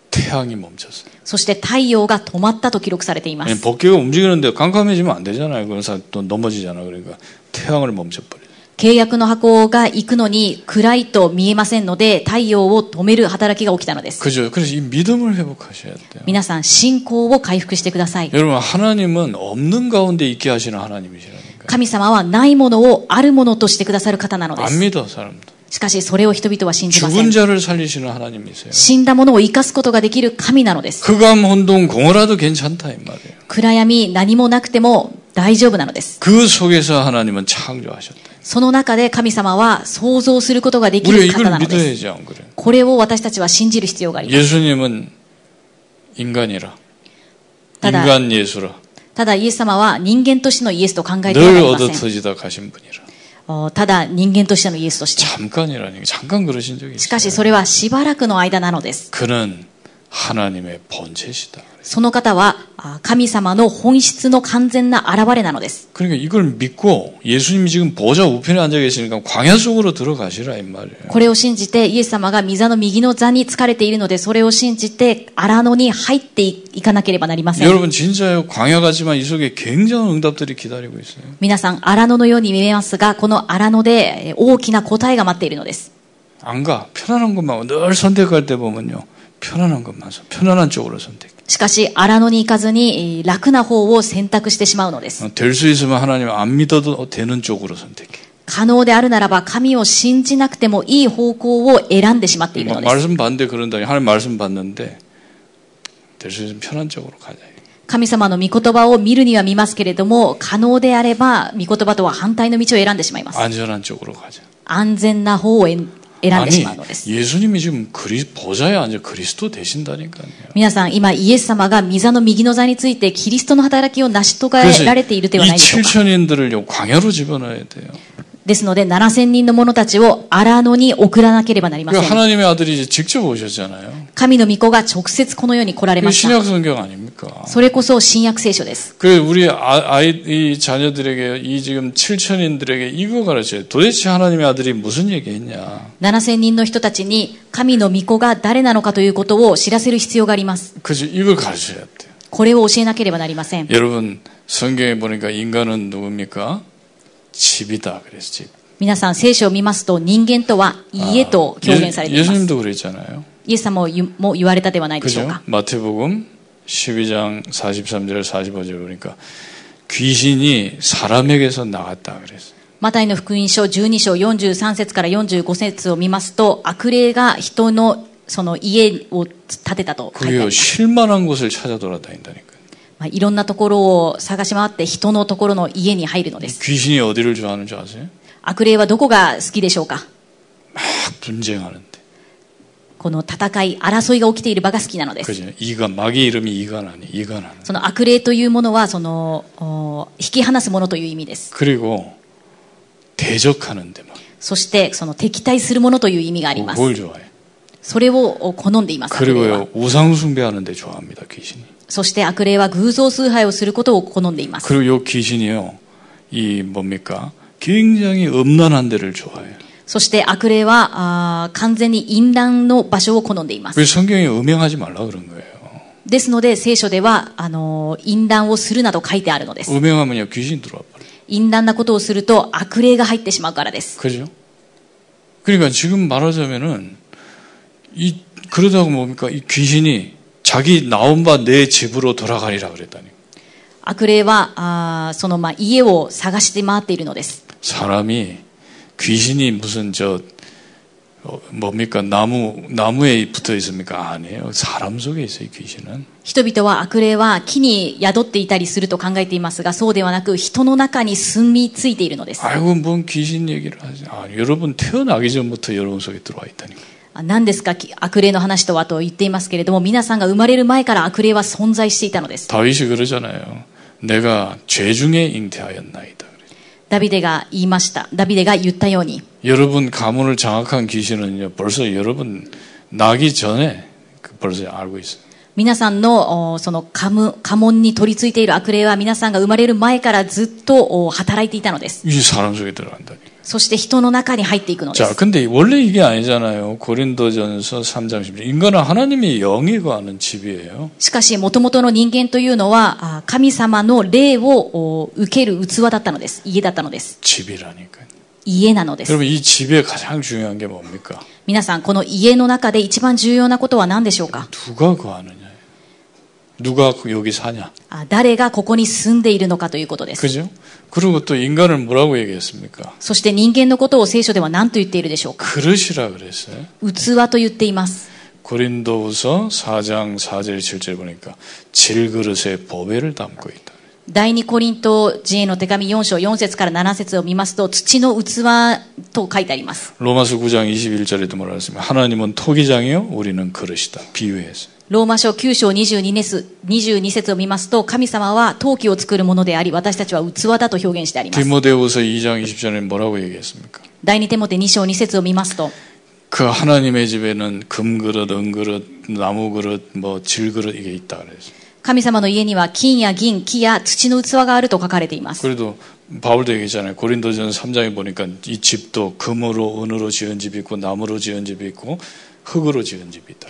S3: 태양이 멈췄어요.
S2: そして太陽が止まったと記録されていま
S3: 아니,
S2: す。
S3: 복개가 움직이는데 깜깜해지면 안 되잖아요. 그런 사람 또 넘어지잖아. 그러니까 태양을 멈춰버려요.
S2: 契約の箱が行くのに暗いと見えませんので太陽を止める働きが起きたのです。
S3: 그죠. 그래서 이 믿음을 회복하셔야 돼요.
S2: 皆さん信仰を回復してください。
S3: 여러분 하나님은 없는 가운데 있게 하시는 하나님이시라니까.
S2: 神様はないものをあるものとしてくださる方なので
S3: 안
S2: す。
S3: 믿어 사람들.
S2: しかしそれを人々は信じませ
S3: 죽은
S2: ん。
S3: 자를 살리시는 하나님이세요.
S2: 死んだものを生かすことができる神なのです。
S3: 흑암 혼동 공허라도 괜찮다 이 말이에요.
S2: 暗闇何もなくても大丈夫なのです。
S3: 그 속에서 하나님은 창조하셨다.
S2: その中で神様は想像することができ
S3: 우리가
S2: る方な
S3: 이걸
S2: のです。
S3: 믿어야지 안 그래?
S2: これを私たちは信じる必要があります。
S3: 예수님은 인간이라
S2: ただ、
S3: 인간 예수라
S2: ただイエス様は人間としてのイエスと考えては
S3: 늘
S2: なりませ
S3: 얻어
S2: ん。
S3: 터지다 가신 분이라
S2: おただ人間としてのイエスとして。
S3: 잠깐이라는 게 잠깐 그러신 적이
S2: しかし
S3: 있어요.
S2: それはしばらくの間なのです。
S3: 그는 하나님의 본체시다.
S2: その方はあ神様の本質の完全な現れなのです。
S3: 그러니까 이걸 믿고 예수님이 지금 보좌 우편에 앉아 계시니까 광야 속으로 들어가시라 이 말이에요.
S2: これを信じてイエス様が御座の右の座に疲れているのでそれを信じて荒野に入っていいかなければなりません。
S3: 여러분 진짜요 광야 같지만 이 속에 굉장한 응답들이 기다리고 있어요.
S2: 皆さん荒野のように見えますがこの荒野でえー大きな答えが待っているのです。
S3: 안 가. 편안한 것만 늘 선택할 때 보면요. 편안한 것만 선- 편안한 쪽으로 선택.
S2: しかし荒野に行かずにえー楽な方を選択してしまうのです。
S3: 될 수 있으면 하나님 안 믿어도 되는 쪽으로 선택해.
S2: 可能であるならば神を信じなくてもいい方向を選んでしまっている
S3: 마-
S2: のです。
S3: 아, 말씀 받는데 그런다. 하나님 말씀 받는데 될 수 있으면 편한 쪽으로 가자.
S2: 神様の御言葉を見るには見ますけれども、可能であれば、御言葉とは反対の道を選んでしまいます。
S3: 안전한 쪽으로 가자.
S2: 安全な方をえん選んでし
S3: 아니
S2: まうのです。
S3: 예수님이 지금 그리 보좌에 앉아 그리스도 되신다니까요.
S2: 皆さん、今、イエス様が御座の右の座について、キリストの働きを成し遂
S3: 이
S2: げられているではないでしょうか。
S3: 7천인들을 광야로 집어넣어야 돼요.
S2: ですので、7000人の者たちを荒野に送らなければなりま
S3: 그
S2: せん。
S3: 하나님의 아들이 이제 직접 오셨잖아요.
S2: 神の御子が直接この世に来られ
S3: 그
S2: ました。
S3: 신약 성경 아닙니까?
S2: それこそ新約聖書です。
S3: 그 우리 아- 아이 이 자녀들에게 이 지금 7천인들에게 이거 가르쳐요. 도대체 하나님의 아들이 무슨 얘기했냐?
S2: 7000人の人たちに、神の御子が誰なのかということを知らせる必要があります。
S3: 그죠? 이걸 가르쳐야 돼요.
S2: これを教えなければなりません。
S3: 여러분 성경에 보니까 인간은 누굽니까? 집이다 그래서 집.
S2: 皆さん、聖書を見ますと、人間とは家と表現されています。
S3: 아, 예수님도 그랬잖아요.
S2: イエス様も言うも言われたではないでしょう
S3: 그죠?
S2: か。
S3: 마태복음 12장 43절 45절 보니까 귀신이 사람에게서 나갔다 그랬어요.
S2: マタイの福音書12章43節から45節を見ますと、悪霊が人のその家を建てたと書いてあり
S3: 그게요
S2: ます。
S3: 실만한 곳을 찾아 돌아다닌다니까요.
S2: まあ、いろんなところを探し回って人のところの家に入るのです。
S3: 귀신이 어디를 좋아하는 줄 아세요?
S2: 悪霊はどこが好きでしょうか
S3: 막 분쟁하는데.
S2: この戦い、争いが起きている場が好きなのです。
S3: 그죠? 이간 마귀 이름이 이간 아니 이간 아니.
S2: その悪霊というものは、その、お引き離すものという意味です。
S3: 그리고 대적하는데 막
S2: そして、その敵対するものという意味があります。
S3: 그걸 좋아해.
S2: それを好んでいます。悪霊は
S3: 그리고요 우상 숭배하는데 좋아합니다 귀신이.
S2: そして悪霊は偶像崇拝をすることを好んでいます。
S3: 그리고 요 귀신이요 이 뭡니까? 굉장히 음란한 데를 좋아해요.
S2: そして悪霊はあー完全に淫乱の場所を好んでいま
S3: 왜
S2: す。
S3: 성경에 음행하지 말라 그런 거예요?
S2: ですので聖書では、あのー淫乱をするなど書いてあるのです。
S3: 음행하면요 귀신이 들어와 버려.
S2: 淫乱なことをすると悪霊が入ってしまうからです。
S3: 그죠? 그러니까 지금 말하자면은 이 그러다가 뭡니까? 이 귀신이 자기 나온 바 내 집으로 돌아가리라 그랬다니.
S2: 悪霊は、あーそのまあ家を探して回っているのです。
S3: 사람이 귀신이 무슨 저 어, 뭡니까? 나무, 나무에 붙어 있습니까? 아니에요. 사람 속에 있어요, 귀신은.
S2: 人々は悪霊は木に宿っていたりすると考えていますが、そうではなく人の中に住み着いているのです。
S3: 아이고, 뭔 귀신 얘기를 하지. 아, 여러분 태어나기 전부터 여러분 속에 들어와 있다니까.
S2: あ何ですかき悪霊の話とはと言っていますけれども、皆さんが生まれる前から悪霊は存在していたのです。
S3: 다윗이 그러잖아요. 내가 죄 중에 잉태하였나이다. 그래요.
S2: ダビデが言いました。ダビデが言ったように、
S3: 여러분 가문을 장악한 귀신은요, 벌써 여러분 나기 전에 그 벌써 알고 있어요.
S2: 皆さんのおその家門家紋に取り付いている悪霊は皆さんが生まれる前からずっとお働いていたのです。
S3: 이 사람 속에 들어간다니까.
S2: そして人の中に入っていくので
S3: 자,
S2: す。
S3: 근데 원래 이게 아니잖아요. 고린도전서 3장 10절. 인간은 하나님의 영이 거하는 집이에요.
S2: しかし、元々の人間というのは、あ神様の霊をお受ける器だったのです。家だったのです。
S3: 집이라니까요.
S2: 家なのです。
S3: 여러분 이 집에 가장 중요한 게 뭡니까?
S2: 皆さん、この家の中で一番重要なことは何でしょうか
S3: 누가 거하느냐. 누가 여기 사냐.
S2: あ誰がここに住んでいるのかということです。
S3: 그죠? 그리고 또 인간을 뭐라고 얘기했습니까?
S2: そして人間のことを聖書では何と言っているでしょうか
S3: 그릇이라 그랬어요.
S2: 器と言っています。
S3: 고린도후서 4장 4절 7절 보니까 질그릇에 보배를 담고 있다.
S2: 第二コリント人への手紙4章4節から7節を見ますと、土の器と書いてあります。
S3: 로마서 9장 21절에도 뭐라 했습니까? 하나님은 토기장이요 우리는 그릇이다. 비유해서.
S2: ローマ書9章22節 ,22 節を見ますと、神様は陶器を作るものであり、私たちは器だと表現してあります。
S3: 디모데후서 2장 20절에 뭐라고 얘기했습니까?
S2: 第二手モテ2章2節を見ますと、
S3: 그 하나님의 집에는 금그릇, 은그릇, 나무그릇, 뭐 질그릇 이게 있다 그랬어요.
S2: 神様の家には金や銀、木や土の器があると書かれています。
S3: 그래도 바울도 얘기했잖아요. 고린도전 3장에 보니까 이 집도 금으로 은으로 지은 집이 있고 나무로 지은 집이 있고 흙으로 지은 집이 있다.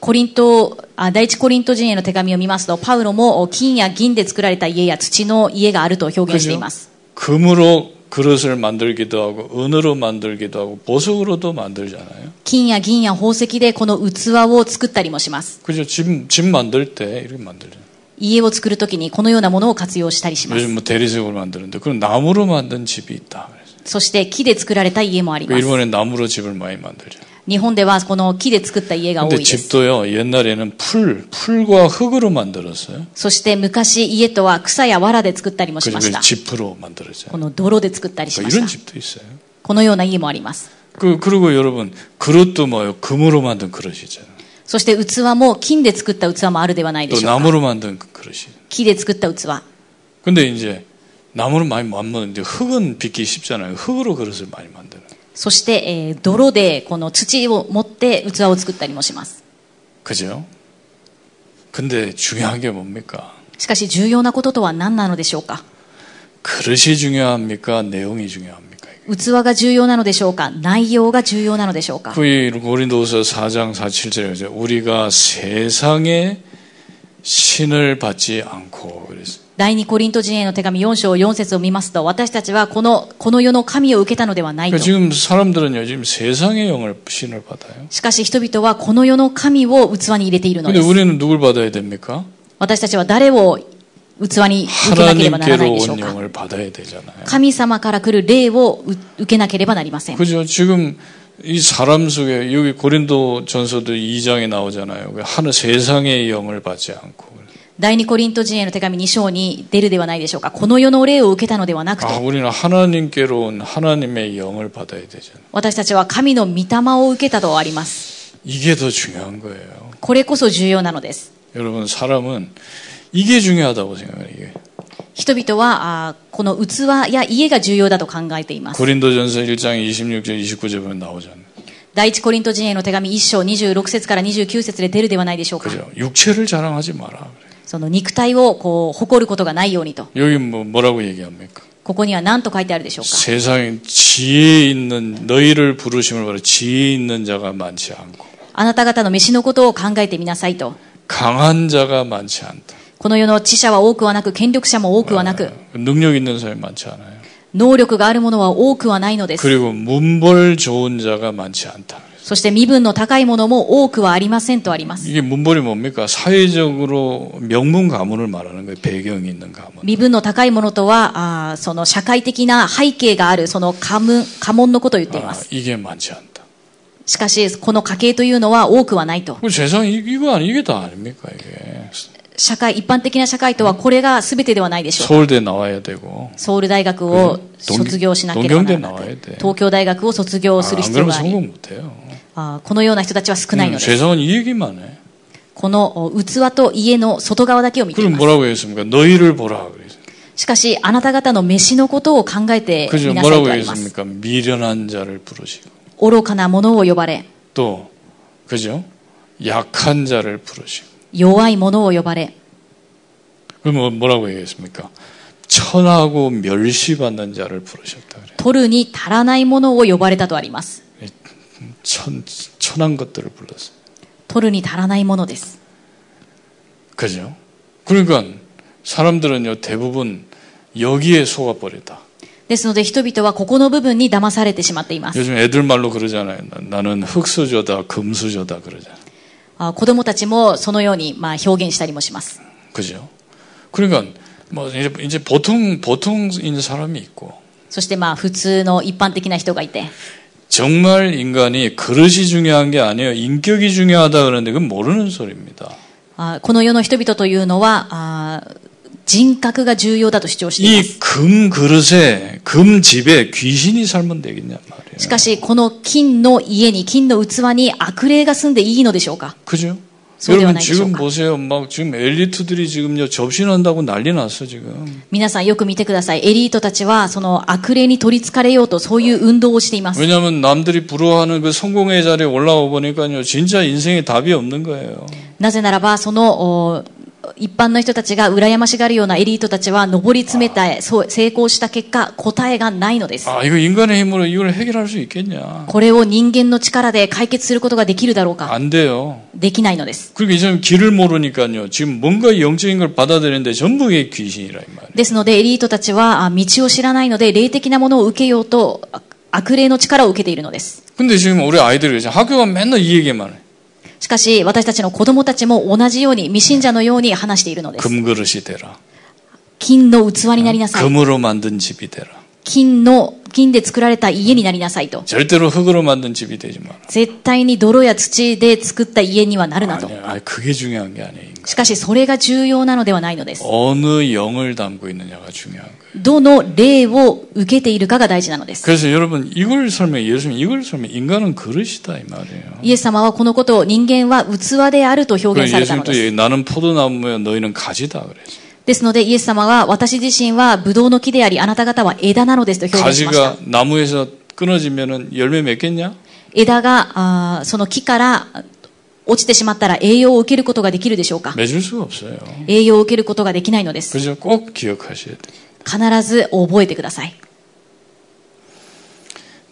S2: コリント、あ第一コリント人への手紙を見ますと、パウロもお金や銀で作られた家や土の家があると表現しています。
S3: 금으로 그릇을 만들기도 하고 은으로 만들기도 하고 보석으로도 만들잖아요.
S2: 金や銀や宝石でこの器を作ったりもします。
S3: 그죠? 집, 집 만들 때 이렇게 만들죠.
S2: 家を作るときにこのようなものを活用したりします
S3: 요즘 뭐 대리석으로 만드는데 그럼 나무로 만든 집이 있다. 그래서
S2: そして木で作られた家もあります
S3: 일본에 나무로 집을 많이 만들죠.
S2: 日本ではこの木で作った家が多い
S3: 근데
S2: です。
S3: 집도요 옛날에는 풀 풀과 흙으로 만들었어요.
S2: そして昔家とは草や藁で作ったりもし
S3: 그리고
S2: ました。
S3: 지프로 만들었죠.
S2: この泥で作ったりしま
S3: 그러니까
S2: し
S3: 이런
S2: た。
S3: 집도 있어요.
S2: このような家もあります。
S3: 그 그리고 여러분 그릇도 뭐요 금으로 만든 그릇이잖아요.
S2: そして器も金で作った器もあるではないで
S3: 또
S2: しょうか。
S3: 나무로 만든 그 그릇이.
S2: 木で作った器。
S3: 근데 이제 나무는 많이 못 만드는데 흙은 빚기 쉽잖아요. 흙으로 그릇을 많이 만드는.
S2: そして、えー泥でこの土を持って器を作ったりもします。
S3: 그죠? 근데 중요한 게 뭡니까?
S2: しかし重要なこととは何なのでしょうか
S3: 그릇이 중요합니까? 내용이 중요합니까?
S2: 器が重要なのでしょうか内容が重要なのでしょうか
S3: 그 고린도서 4장 47절에 우리가 세상의 신을 받지 않고 그랬어요.
S2: 第二コリント人への手紙4章4節を見ますと、私たちはこの、この世の神を受けたのではないと
S3: 그러니까 。 지금 사람들은요 지금 세상의 영을 신을 받아요.
S2: しかし人々はこの世の神を器に入れているの
S3: 근데
S2: です。
S3: 우리는 누굴 받아야 됩니까?
S2: 私たちは誰を器に受けなければならない
S3: 하나님께로
S2: でしょう
S3: 온
S2: か
S3: 영을 받아야 되잖아요.
S2: 神様から来る霊をう受けなければなりません。
S3: 그죠? 지금 이 사람 속에 여기 고린도 전서도 2장에 나오잖아요. 그 하나 세상의 영을 받지 않고
S2: 第二コリント人への手紙2章に出るではないでしょうか。この世の霊を受けたのではなく
S3: 아
S2: て、
S3: 우리는 하나님께로 온 하나님의 영을 받아야 되잖아요.
S2: 私たちは神の御霊を受けたとあります。
S3: 이게 더 중요한 거예요.
S2: これこそ重要なのです。
S3: 여러분 사람은 이게 중요하다고 생각해요. 이게.
S2: 人々は、あーこの器や家が重要だと考えています。
S3: 고린도전서 1장 26절 29절 보면 나오잖아요.
S2: 第一コリント人への手紙1章26節から29節で出るではないでしょうか。
S3: 그죠? 육체를 자랑하지 마라. 그래요.
S2: その肉体をこう誇ることがないようにと。
S3: 여기 뭐 뭐라고 얘기합니까?
S2: ここには何と書いてあるでしょうか
S3: 세상에 지혜 있는 너희를 부르심을 바라 지혜 있는 자가 많지 않고
S2: あなた方の飯のことを考えてみなさいと。
S3: 강한 자가 많지 않다.
S2: この世の知者は多くはなく、権力者も多くはな
S3: 그
S2: く、
S3: 능력 있는 사람이 많지 않아요.
S2: 能力がある者は多くはないのです。
S3: 그리고 문벌 좋은 자가 많지 않다.
S2: そして身分の高い者も多くはありませんとあります。
S3: 이게 문벌이 뭡니까? 사회적으로 명문 가문을 말하는 거예요. 배경이 있는 가문.
S2: 身分の高い者とは、あーその社会的な背景がある、その家紋家紋のことを言っていま
S3: 아,
S2: す。
S3: 이게 많지 않다.
S2: しかし、この家系というのは多くはないと。
S3: 그 세상 이- 이거 아니 이게 다 아닙니까 이게
S2: 社会、一般的な社会とはこれが全てではないでしょう。
S3: 서울대 나와야 되고
S2: ソウル大学を卒業しなければならな
S3: 同
S2: く
S3: 業で
S2: 東京大学を卒
S3: 아,
S2: 業する
S3: 안
S2: 必要
S3: 그러면
S2: があり、
S3: 성공 못해요.
S2: あーこのような人たちは少ないの
S3: 음,
S2: です。
S3: 세상은 이 얘기만 해.
S2: このお器と家の外側だけを見てい
S3: 그럼
S2: ます。
S3: 뭐라고 했습니까? 너희를 보라 그랬어요.
S2: しかし、あなた方の飯のことを考えてみ
S3: 그죠?
S2: なさいと
S3: 뭐라고
S2: あります。
S3: 했습니까? 미련한 자를 부르시고
S2: 愚かな者を呼ばれ、
S3: 또 그죠? 약한 자를 부르시고
S2: 弱い者を呼ばれ、
S3: 그럼 뭐라고 얘기했습니까? 천하고 멸시받는 자를 부르셨다 그래요.
S2: 取るに足らない者を呼ばれたとあります。
S3: 천 천한 것들을 불렀어요.
S2: 取るに足らないものです。
S3: 그죠? 그러니까 사람들은요 대부분 여기에 속아 버렸다.
S2: ですので人々はここの部分に騙されてしまっています。
S3: 요즘 애들 말로 그러잖아요. 나, 는 흙수저다, 금수저다 그러잖아요.
S2: あ子供たちもそのようにまあ表現したりもします。
S3: 그죠? 그러니까 뭐 이제, 이제 보통 보통인 사람이 있고
S2: そしてまあ普通の一般的な人がいて、
S3: 정말 인간이 그릇이 중요한 게 아니에요. 인격이 중요하다 그러는데 그건 모르는 소리입니다.
S2: あこの世の人々というのはあ人格が重要だと主張しています。
S3: 이 금 그릇에 금 집에 귀신이 살면 되겠냐 말이에요.
S2: しかし、この金の家に、金の器に悪霊が住んでいいのでしょうか
S3: 그죠?
S2: 소리가
S3: 여러분
S2: 나기
S3: 지금
S2: 시작하-
S3: 보세요. 막 지금 엘리트들이 지금요 접신한다고 난리 났어 지금.
S2: 皆さんよく見てください。エリートたちは、その悪霊に取り憑かれようと、そういう運動をしています。
S3: 왜냐하면 남들이 부러워하는 그 성공의 자리에 올라와 보니까요 진짜 인생에 답이 없는 거예요.
S2: なぜならば、その、お一般の人たちが羨ましがるようなエリートたちは、上り詰めた、そう成功した結果、答えがないのです。
S3: 아 이거 인간의 힘으로 이걸 해결할 수 있겠냐?
S2: これを人間の力で解決することができるだろうか
S3: 안 돼요.
S2: できないのです。
S3: 그러니까 이 사람 길을 모르니까요. 지금 뭔가 영적인 걸 받아들이는데 전부 이게 귀신이라 이 말이에요.
S2: ですので、エリートたちは、あ道を知らないので、霊的なものを受けようと、あ悪霊の力を受けているのです。
S3: 근데 지금 우리 아이들이 그냥 학교 가면 맨날 이 얘기만 해.
S2: しかし、私たちの子供たちも同じように、未信者のように話している
S3: 네.
S2: のです。
S3: 금그릇이 되라.
S2: 金の器になりなさい。
S3: 금으로 만든 집이 되라.
S2: 金の、金で作られた家になりなさいと。
S3: 절대로 흙으로 만든 집이 되지 마라.
S2: 絶対に泥や土で作った家にはなるなと。
S3: 아니, 아 그게 중요한 게 아니에요. 인간.
S2: しかし、それが重要なのではないのです。
S3: 어느 영을 담고 있느냐가 중요한 거예요.
S2: どの霊を受けているかが大事なのです。
S3: 그래서 여러분 이걸 설명, 예수님 이걸 설명, 인간은 그릇이다 이 말이에요.
S2: イエス様はこのことを人間は器であると表現
S3: 그래서 네,
S2: されたの
S3: 예수님 또
S2: です。
S3: 얘기, 나는 포도나무야 너희는 가지다 그랬어요.
S2: ですので、イエス様は私自身はブドウの木であり、あなた方は枝なのですと表現しました。
S3: 가지가 나무에서 끊어지면은 열매 맺겠냐?
S2: 枝が、あーその木からあ落ちてしまったら栄養を受けることができるでしょうか
S3: 맺을 수가 없어요.
S2: 栄養を受けることができないのです。
S3: 그죠? 꼭 기억하셔야 돼요.
S2: 必ず覚えてください。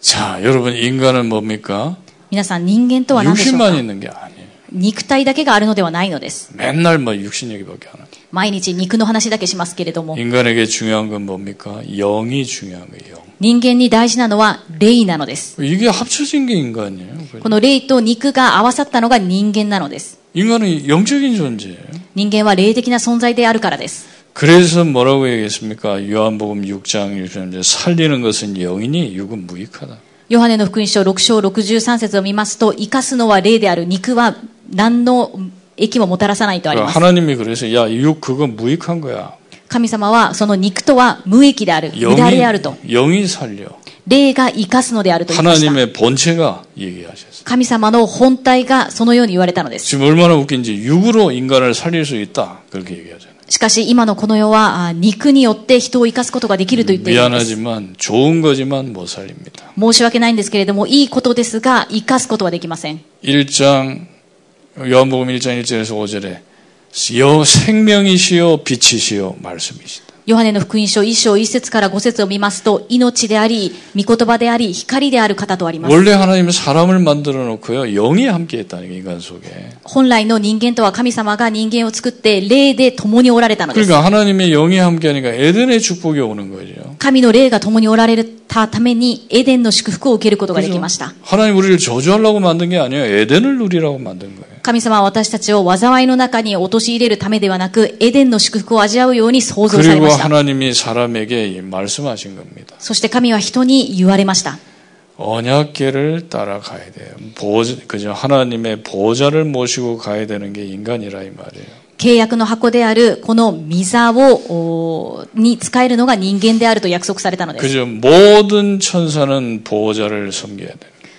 S3: 자, 여러분 인간은 뭡니까?
S2: 皆さん人間とは何でしょうか
S3: 육신만 있는 게 아니에요.
S2: 肉体だけがあるのではないのです。
S3: 맨날 뭐 육신 얘기밖에 안 하죠.
S2: 毎日肉の話だけしますけれども、
S3: 인간에게 중요한 건 뭡니까? 영이 중요한 거예요. 영.
S2: 人間に大事なのは霊なのです。
S3: 이게 합쳐진 게 인간이에요.
S2: この霊と肉が合わさったのが人間なのです。
S3: 인간은 영적인 존재예요.
S2: 人間は霊的な存在であるからです。
S3: 그래서 뭐라고 얘기했습니까? 요한복음 6장 63절 살리는 것은 영이니 육은 무익하다.
S2: ヨハネの福音書6章63節を見ますと、生かすのは霊である肉は何の益ももたらさないとあり
S3: 그러니까
S2: ます。
S3: 하나님이 그래서 야 육 그거 무익한 거야.
S2: 神様はその肉とは無益である、無駄
S3: 영이
S2: であると、
S3: 영이 살려. 霊が生かすのであると言いました。
S2: 霊が生かすのであると言いました。
S3: 하나님의 본체가 얘기하셨어요.
S2: 神様の本体がそのように言われたのです。
S3: 지금 얼마나 웃긴지 육으로 인간을 살릴 수 있다 그렇게 얘기하잖아요.
S2: しかし今のこの世はあ肉によって人を生かすことができると言っているんです。
S3: 미안하지만 좋은 거지만 못 살립니다.
S2: 申し訳ないんですけれども、いいことですが、生かすことはできません。
S3: 1장 요한복음 1장 1절에서 5절에 여 생명이시요 빛이시요 말씀이시다.
S2: ヨハネの福音書1章1節から5節を見ますと、命であり、御言葉であり、光である方とあります。
S3: 원래 하나님은 사람을 만들어 놓고요 영이 함께 했다는 게 인간 속에.
S2: 本来の人間とは神様が人間を作って、霊で共におられたのです。
S3: 그러니까 하나님의 영이 함께 하니까 에덴의 축복이 오는 거죠.
S2: 神の霊が共におられたために、エデンの祝福を受けることができました。
S3: 하나님 우리를 저주하려고 만든 게 아니에요. 에덴을 누리라고 만든 거예요.
S2: 神様は私たちを災いの中に陥れるためではなく、エデンの祝福を味わうように創造され
S3: 그리고
S2: ました。
S3: 하나님이 사람에게 말씀하신 겁니다.
S2: そして神は人に言われました。
S3: 언약계를 따라가야 돼요. 보호자, 그죠? 하나님의 보호자를 모시고 가야 되는 게 인간이라 이 말이에요.
S2: 契約の箱であるこの御座をおーに使えるのが人間であると約束されたのです。
S3: 그죠? 모든 천사는 보호자를 섬겨야 돼요.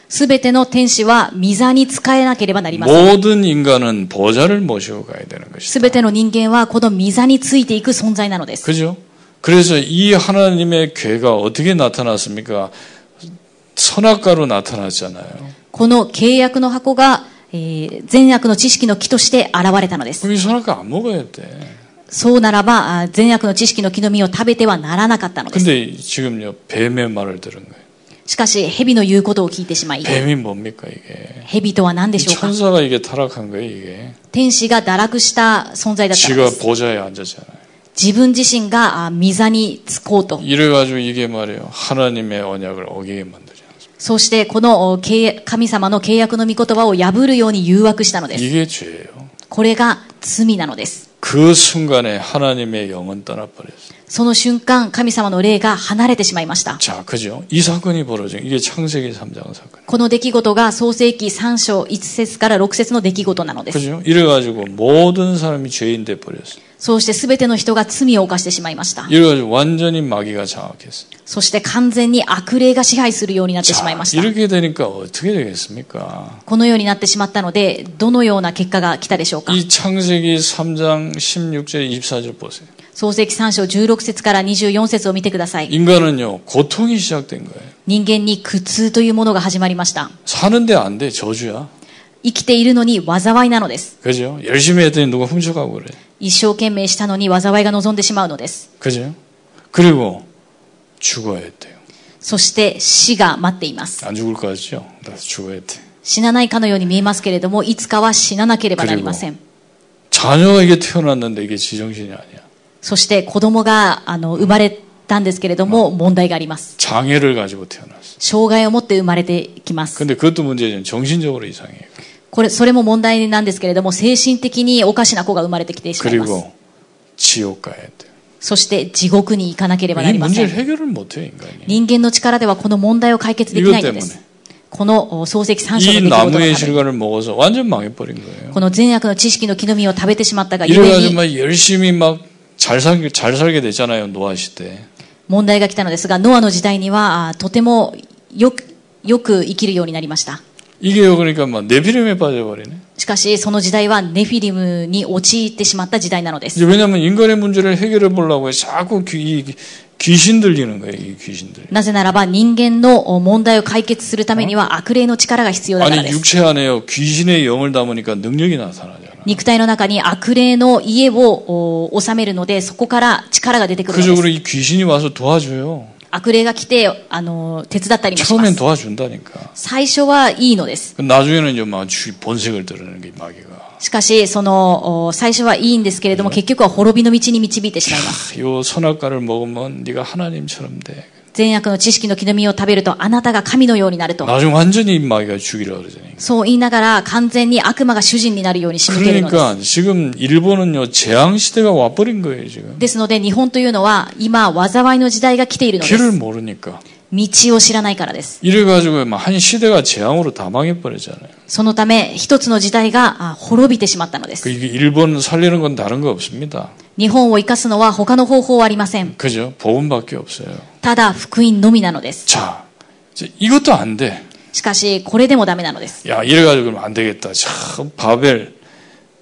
S2: すべての天使は御座に使えなければなりません。
S3: 모든 인간은 보호자를 모시고 가야 되는
S2: す
S3: 것이다.
S2: べての人間はこの御座についていく存在なのです。
S3: 그죠? 그래서 이 하나님의 괴가 어떻게 나타났습니까? 선악과로 나타났잖아요.
S2: この契約の箱が、えー善悪の知識の木として現れたのです。
S3: 그럼 이 선악과 안 먹어야 돼.
S2: そうならば、あー善悪の知識の木の実を食べてはならなかったのです。
S3: 근데 지금요 뱀의 말을 들은 거예요.
S2: しかし、蛇の言うことを聞いてしまい、
S3: 뱀이 뭡니까 이게?
S2: 蛇とは何で
S3: 이
S2: しょうか
S3: 천사가 이게 타락한 거예요 이게.
S2: 天使が堕落した存在だったので
S3: 지가
S2: す。
S3: 보좌에 앉았잖아요.
S2: 自分自身があ御座につこうと。
S3: 이래가지고 이게 말이에요 하나님의 언약을 어기게 만들죠.
S2: そして、このお契約神様の契約の御言葉を破るように誘惑したのです。
S3: 이게 죄예요.
S2: これが罪なのです。
S3: 그 순간에 하나님의 영은 떠나버렸어요.
S2: その瞬間、神様の霊が離れてしまいました。
S3: 자 그죠? 이 사건이 벌어진 이게 창세기 3장 사건.
S2: この出来事が創世記3章1節から6節の出来事なのです。
S3: 그죠? 이래가지고 모든 사람이 죄인 돼 버렸어요.
S2: そうして全ての人が罪を犯してしまいました。
S3: 이래가지고 완전히 마귀가 장악했어요.
S2: そして完全に悪霊が支配するようになってしまい
S3: 자,
S2: ました。
S3: 이렇게 되니까 어떻게 되겠습니까?
S2: このようになってしまったので、どのような結果が来たでしょうか
S3: 이 창세기 3장 16절 24절 보세요.
S2: 創世記3章16節から24節を見てください。
S3: 인간은요 고통이 시작된 거예요.
S2: 人間に苦痛というものが始まりました。
S3: 사는데 안 돼 저주야.
S2: 生きているのに災いなのです。
S3: 그죠? 열심히 했더니 누가 훔쳐가고 그래.
S2: 一生懸命したのに災いが望んでしまうのです。
S3: 그죠? 그리고 죽어야 돼요.
S2: そして死が待っています。
S3: 안 죽을 것 같죠? 나도 죽어야 돼.
S2: 死なないかのように見えますけれども、いつかは死ななければなりません。
S3: 자녀가 이게 태어났는데 이게 지정신이 아니야.
S2: そして子供があの生まれたんですけれども、問題があります。
S3: 장애를 가지고 태어났어.
S2: 障害を持って生まれてきます。
S3: 근데 그것도 문제지만 정신적으로 이상해요.
S2: これ、それも問題なんですけれども、精神的におかしな子が生まれてきてしまいます。
S3: 그리고 지옥 가야 돼.
S2: そして地獄に行かなければな
S3: 이
S2: りませ
S3: 문제를
S2: ん。
S3: 해결을 못해요 예, 인간이.
S2: 人間の力ではこの問題を解決できないので
S3: 이것
S2: す。このお漱石三章の出来
S3: 이
S2: 事のた
S3: 나무의
S2: めに
S3: 실과를 먹어서 완전 망해버린 거예요.
S2: この善悪の知識の木の実を食べてしまったがゆえ
S3: 그러니까 이래가지고
S2: に
S3: 막 열심히 막 잘 살게 잘 살게 됐잖아요 노아 시대.
S2: 問題が来たのですが、ノアの時代にはあーとてもよく、よく生きるようになりました。
S3: 이게요 그러니까 막 네피림에 빠져버리네.
S2: しかし、その時代はネフィリムに陥ってしまった時代なのです。
S3: 이제 왜냐하면 인간의 문제를 해결해 보려고 자꾸 귀, 이 귀신 들리는 거예요 이 귀신 들.
S2: なぜならば人間のお問題を解決するためには悪霊の力が必要だから
S3: 아니
S2: です。
S3: 육체 안에요 귀신의 영을 담으니까 능력이 나타나잖아.
S2: 肉体の中に悪霊の家をお収めるので、そこから力が出てくるの
S3: 그저
S2: です。
S3: 그로 이 귀신이 와서 도와줘요.
S2: 悪霊が来て、あの、手伝ったりもしま
S3: 처음엔
S2: す。
S3: 도와준다니까.
S2: 最初はいいのです。
S3: 그 나중에는 이제 막 주- 본색을 드러내는 게 마귀가.
S2: しかし、その、お最初はいいんですけれども、結局は滅びの道に導いてしまいます。
S3: 요 선악과를 먹으면 네가 하나님처럼 돼.
S2: 善悪の知識の木の実を食べると、あなたが神のようになると。
S3: 나중 완전히 마귀가 죽이라 그러잖아요.
S2: そう言いながら、完全に悪魔が主人になるように仕向けるのです。
S3: 그러니까 지금 일본은요 재앙 시대가 와버린 거예요 지금.
S2: ですので、日本というのは、今、災いの時代が来ているのです。
S3: 길을 모르니까.
S2: 道を知らないからです。
S3: 이래가지고 막한 시대가 재앙으로 다 망해버렸잖아요.
S2: そのため、一つの時代があ滅びてしまったので
S3: 그
S2: す。
S3: 이게 일본 살리는 건 다른 거 없습니다.
S2: 日本を生かすのは他の方法はありません。
S3: 그죠? 복음밖에 없어요.
S2: ただ、福音のみなのです。
S3: 자, 이제 이것도 안 돼.
S2: しかし、これでもダメなのです。
S3: 야, 이래가지고 그러면 안 되겠다. 참 바벨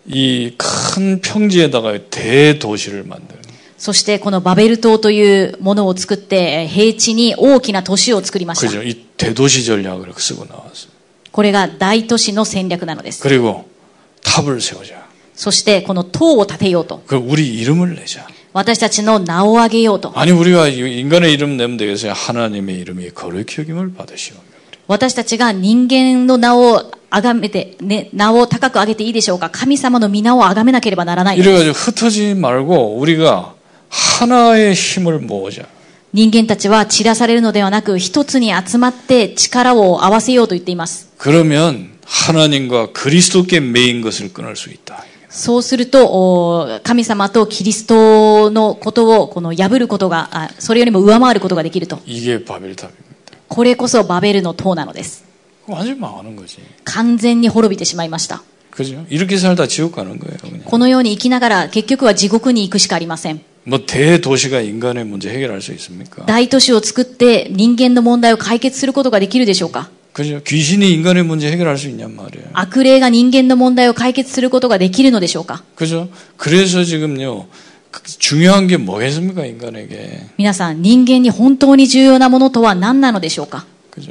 S3: 이 큰 평지에다가 대도시를 만드는.
S2: そして、このバベル島というものを作って、えー平地に大きな都市を作りました。
S3: 그죠? 이 대도시 전략을 그 쓰고 나왔어요.
S2: これが大都市の戦略なのです。
S3: 그리고 탑을 세우자.
S2: そして、この塔を建てようと。
S3: 그 우리 이름을 내자.
S2: 私たちの名を上げようと。
S3: 아니 우리가 이- 인간의 이름 내면 되겠어요? 하나님의 이름이 거룩히 여김을 받으시오.
S2: 私たちが人間の名を崇めて、ね、名を高く上げていいでしょうか神様の皆を崇めなければならないのです
S3: 이래가지고 흩어지지 말고 우리가 하나의 힘을 모으자.
S2: 人間たちは散らされるのではなく一つに集まって力を合わせようと言っています
S3: 그러면 하나님과 그리스도께 매인 것을 끊을 수 있다.
S2: そうするとお神様とキリストのことをこの破ることがあそれよりも上回ることができると
S3: 이게 바벨탑입니다.
S2: これこそバベルの塔なのです.
S3: 완전 망하는 거지.
S2: 完全に滅びてしまいました。
S3: 그죠? 이렇게 살다 지옥 가는 거예요. 그냥.
S2: このように生きながら結局は地獄に行くしかありません。
S3: 뭐 대도시가 인간의 문제 해결할 수 있습니까?
S2: 大都市を作って人間の問題を解決することができるでしょうか
S3: 그죠? 귀신이 인간의 문제 해결할 수 있냔 말이에요.
S2: 悪霊が人間の問題を解決することができるのでしょうか
S3: 그죠? 그래서 지금요. 그 중요한 게 뭐겠습니까, 인간에게.
S2: 皆さん、人間に本当に重要なものとは何なのでしょうか
S3: 그죠?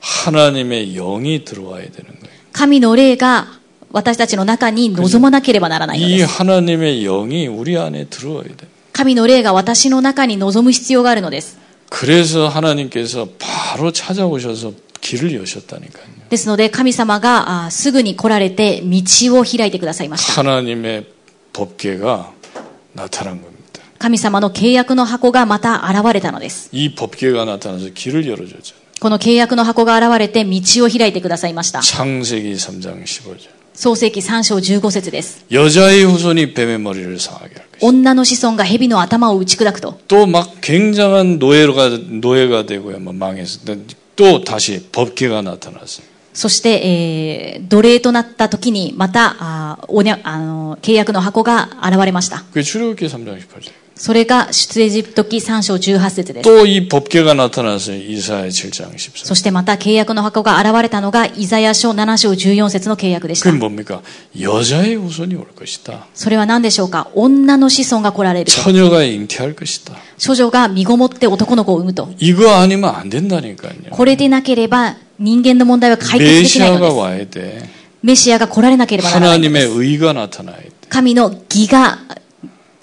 S3: 하나님의 영이 들어와야 되는 거예요.
S2: 神の霊が私たちの中に望まなければならないの
S3: 이
S2: です。
S3: 하나님의 영이 우리 안에 들어와야 돼요.
S2: 神の霊が私の中に望む必要があるのです。
S3: 그래서 하나님께서 바로 찾아오셔서 길을 여셨다니까요.
S2: ですので、神様があすぐに来られて道を開いてくださいました。
S3: 하나님의 법계가 나타난 겁니다.
S2: 神様の契約の箱がまた現れたのです。
S3: 이 법계가 나타나서 길을 열어줬잖아요.
S2: この契約の箱が現れて道を開いてくださいました。
S3: 창세기 3장 15절.
S2: 創世記3章15節です。
S3: 여자의 후손이 뱀의 머리를 상하게 할 것이다.
S2: 女の子孫が蛇の頭を打ち砕くと、
S3: 또 막 굉장한 노예가 노예가 되고야 뭐 망했어. 또 다시 법계가 나타났어요.
S2: そして、えー奴隷となった時に、また、あーおにゃあのー契約の箱が現れました。
S3: 그게 출애굽기 3장 18절.
S2: それが出エジプト記3章18節です。
S3: 또 이 법계가 나타났어요. 이사야 7장 14절.
S2: そしてまた契約の箱が現れたのが、イザヤ書7章14節の契約でした。
S3: 그 뭡니까? 여자의 후손이 올 것이다.
S2: それは何でしょうか女の子孫が来られる。
S3: 처녀가 잉태할 것이다.
S2: 処女が身ごもって男の子を産むと。
S3: 이거 아니면 안 된다니까요.
S2: これでなければ人間の問題は解決できないの
S3: 메시아가
S2: です。
S3: 와야 돼.
S2: メシアが来られなければならないので
S3: 하나님의
S2: す。
S3: 의가 나타나야 돼.
S2: 神の義が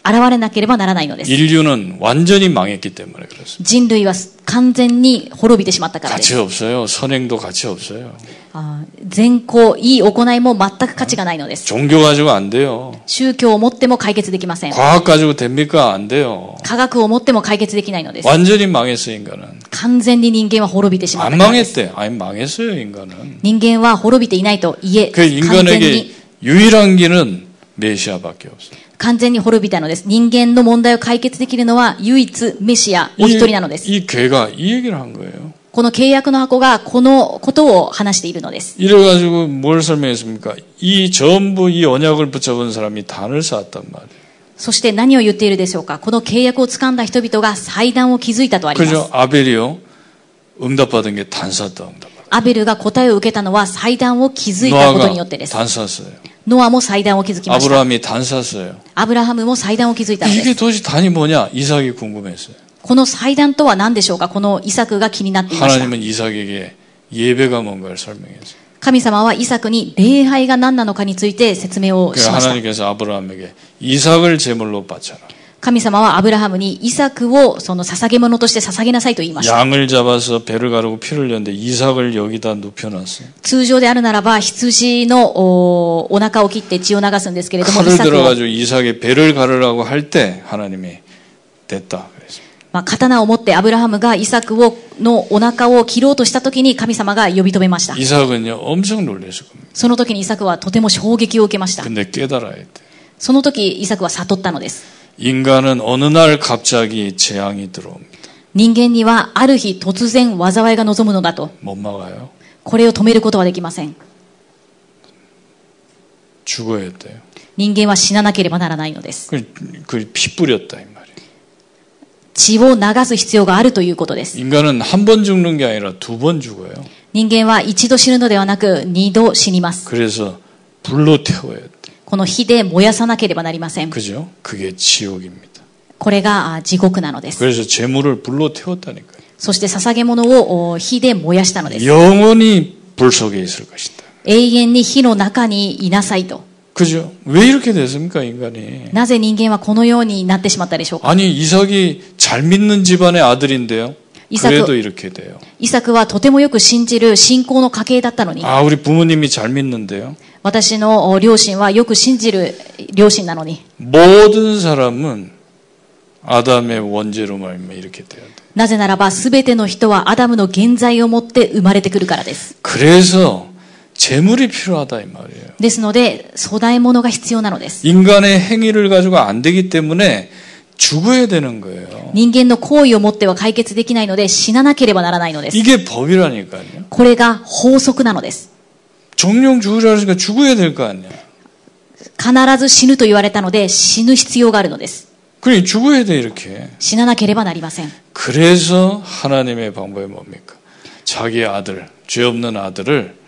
S2: 現れなければならないのです。
S3: 인류는 완전히 망했기 때문에 그렇습니다.
S2: 人類は完全に滅びてしまったからで
S3: 가치
S2: す。
S3: 없어요. 선행도 가치 없어요.
S2: あー善行、いい行いも全く価値がないのです。
S3: 종교 가지고 안 돼요.
S2: 宗教を持っても解決できません。
S3: 과학 가지고 됩니까? 안 돼요.
S2: 科学を持っても解決できないのです。
S3: 완전히 망했어요, 인간은.
S2: 完全に人間は滅びてしまった
S3: 안
S2: からです。
S3: 망했대. 아니, 망했어요, 인간은.
S2: 人間は滅びていないと言え、
S3: 그
S2: 完全
S3: 인간에게
S2: に、
S3: 유일한 길은 메시아밖에 없어요.
S2: 完全に滅びたのです。人間の問題を解決できるのは唯一メシア、お一人なのです。
S3: 이, 이 괴가 이 얘기를 한 거예요.
S2: この契約の箱がこのことを話しているのです。
S3: 이래가지고 뭘 설명했습니까? 이 전부 이 언약을 붙잡은 사람이 단을 쌓았단 말이에요.
S2: そして何を言っているでしょうかこの契約を掴んだ人々が祭壇を築いたとありま
S3: 그죠?
S2: す。
S3: 아벨이요. 응답받은 게 단 쌓았다, 응답.
S2: アベルが答えを受けたのは祭壇を築いたことによ
S3: 노아가
S2: ってです。
S3: 단 쌓았어요.
S2: ノアも祭壇を築きました。
S3: 아브라함이 단 쌓았어요.
S2: アブラハムも祭壇を築いたので
S3: 이게
S2: す。
S3: 도대체 단이 뭐냐? 이삭이 궁금했어요.
S2: この祭壇とは何でしょうかこのイサクが気になっていました。
S3: 하나님은 이삭에게 예배가 뭔가를 설명했어요.
S2: 神様はイサクに礼拝が何なのかについて説明をし
S3: 그래서
S2: ました。
S3: 하나님께서 아브라함에게 이삭을 제물로 바쳐라.
S2: 神様はアブラハムにイサクをその捧げ物として捧げなさいと言いました。
S3: 양을 잡아서 배를 가르고 피를 흘렸는데 이삭을 여기다 눕혀놨어요.
S2: 通常であるならば羊のおお腹を切って血を流すんですけれども、イ
S3: 칼을
S2: サクを
S3: 들어가지고 이삭의 배를 가르라고 할 때 하나님이 됐다. 그래서
S2: まあ、刀を持ってアブラハムがイサクをのお腹を切ろうとした時に神様が呼び止めました。
S3: 이삭은요 엄청 놀랬을 겁니다.
S2: その時にイサクはとても衝撃を受けました。
S3: 근데 깨달아야 돼.
S2: その時イサクは悟ったのです。
S3: 인간은 어느 날 갑자기 재앙이 들어옵니다.
S2: 人間にはある日突然災いが望むのだと。
S3: 못 막아요.
S2: これを止めることはできません。
S3: 죽어야 돼요.
S2: 人間は死ななければならないのです。
S3: 그, 그피 뿌렸다 이 말이에요.
S2: 血を流す必要があるということです。
S3: 인간은 한 번 죽는 게 아니라 두 번 죽어요.
S2: 人間は一度死ぬのではなく二度死にます。
S3: 그래서 불로 태워야 돼.
S2: この火で燃やさなければなりません。
S3: 그죠? 그게 지옥입니다.
S2: これがあ地獄なのです。
S3: 그래서 재물을 불로 태웠다니까요.
S2: そして捧げ物をお火で燃やしたのです。
S3: 영원히 불 속에 있을 것이다.
S2: 永遠に火の中にいなさいと。
S3: 그죠? 왜 이렇게 됐습니까, 인간이?
S2: なぜ人間はこのようになってしまったでしょうか
S3: 아니, 이삭이 잘 믿는 집안의 아들인데요.
S2: 이삭은-
S3: 그래도 이렇게 돼요.
S2: イサクはとてもよく信じる信仰の家系だったのに、
S3: 아, 우리 부모님이 잘 믿는데요.
S2: 私のお両親はよく信じる両親なのに、
S3: 모든 사람은 아담의 원죄로 말미암아 이렇게 돼야 돼.
S2: なぜならば全ての人はアダムの原罪を持って生まれてくるからです。
S3: 그래서 재물이 필요하다 이 말이에요.
S2: ですので、粗大物が必要なのです。
S3: 인간의 행위를 가지고 안 되기 때문에 죽어야 되는 거예요.
S2: 人間の行為をもっては解決できないので死ななければならないのです。
S3: 이게 법이라니까요.
S2: これが法則なのです。
S3: 정령 죽으라 하니까 죽어야 될 거 아니야.
S2: 必ず死ぬと言われたので死ぬ必要があるのです。
S3: 그러니 죽어야 돼 이렇게.
S2: 死ななければなりません。
S3: 그래서 하나님의 방법이 뭡니까? 자기 아들, 죄 없는 아들을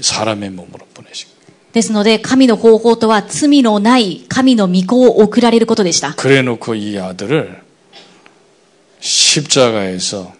S3: 사람의 몸으로 보내신 거예요.
S2: ですので神の方法とは罪のない神の御子を送られることでした。
S3: 그래 놓고 이 아들을 십자가에서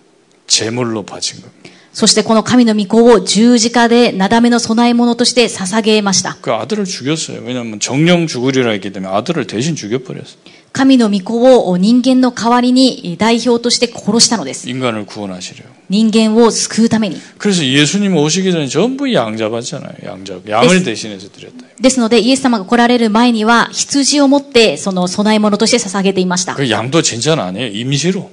S3: 제물로 바친 겁니다.
S2: そしてこの神の御子を十字架でなだめの供え物として捧げました。
S3: 그 아들을 죽였어요. 왜냐하면 정령 죽으리라 했기 때문에 아들을 대신 죽여버렸어요.
S2: 神の御子を人間の代わりに代表として殺したのです。
S3: 인간을 구원하시려고.
S2: 人間を救うために。
S3: 그래서 예수님 오시기 전에 전부 양잡았잖아요. 양잡. 양을 대신해서 드렸다.
S2: ですので、イエス様が来られる前には、羊を持って、その供え物として捧げていました。
S3: 그 양도 진짜는 아니에요. 임시로.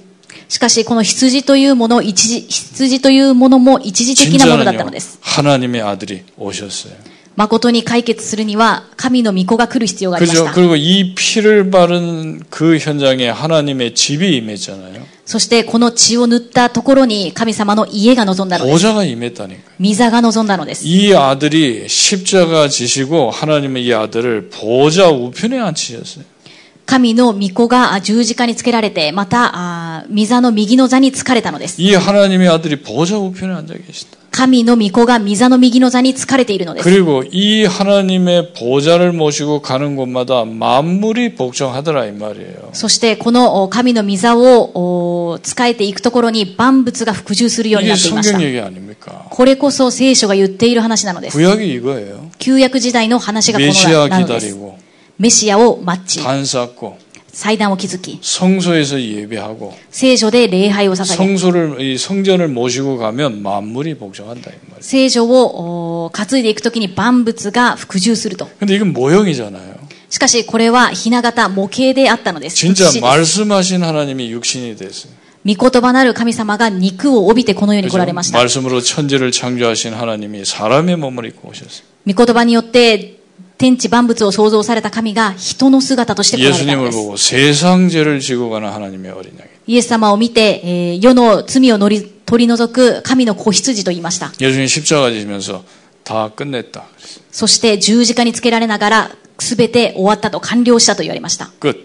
S2: しかし、この羊というもの、一時、羊というものも一時的なものだったの
S3: 진짜는요.
S2: です。
S3: 하나님의 아들이 오셨어요.
S2: 誠に解決するには、神の御子が来る必要がありまし
S3: 그죠?
S2: た。
S3: 그리고 이 피를 바른 그 현장에 하나님의 집이 임했잖아요.
S2: そして、この血を塗ったところに、神様の家が望んだのです。
S3: 보좌가 임했다니까.
S2: 御座が望んだのです。
S3: 이 아들이 십자가 지시고 하나님의 이 아들을 보좌 우편에 앉히셨어요.
S2: 神の御子があ十字架につけられて、また、あ御座の右の座につかれたのです。
S3: 이 하나님의 아들이 보좌 우편에 앉아 계시다.
S2: 神の御子が御座の右の座につかれているのです。
S3: 그리고 이 하나님의 보좌를 모시고 가는 곳마다 만물이 복종하더라 이 말이에요.
S2: そしてこのお神の御座をお使えていくところに万物が服従するように
S3: 이게
S2: なっていました
S3: 성경 。 얘기 아닙니까?
S2: これこそ聖書が言っている話なのです。
S3: 구약이 이거예요.
S2: 旧約時代の話がこの
S3: 네. 메시아
S2: なのです。
S3: 기다리고
S2: メシアを待ち、
S3: 단 쌓고
S2: 祭壇を築き、
S3: 성소에서 예배하고
S2: 聖書で礼拝を捧げ、
S3: 성소를 이 성전을 모시고 가면 만물이 복종한다 이 말이에요.
S2: 聖書をお担いでいくときに万物が服従すると。
S3: 근데 이건 모형이잖아요.
S2: しかしこれはひな形模型であったのです。
S3: 진짜
S2: 福祉です
S3: 말씀하신 하나님이 육신이 됐어요.
S2: 御言葉なる神様が肉を帯びてこの世に来
S3: 그죠?
S2: られました。
S3: 말씀으로 천지를 창조하신 하나님이 사람의 몸을 입고 오셨어요.
S2: 御言葉によって天地万物を創造された神が人の姿として来られたの
S3: 예수님을
S2: です
S3: 보고 세상 죄를 지고 가는 하나님의 어린 양이.
S2: イエス様を見て、えー世の罪を乗り取り除く神の子羊と言いました
S3: 예수님 십자가 지시면서 다 끝냈다. 그랬어요.
S2: そして十字架につけられながら全て終わったと完了したと言われました
S3: 끝.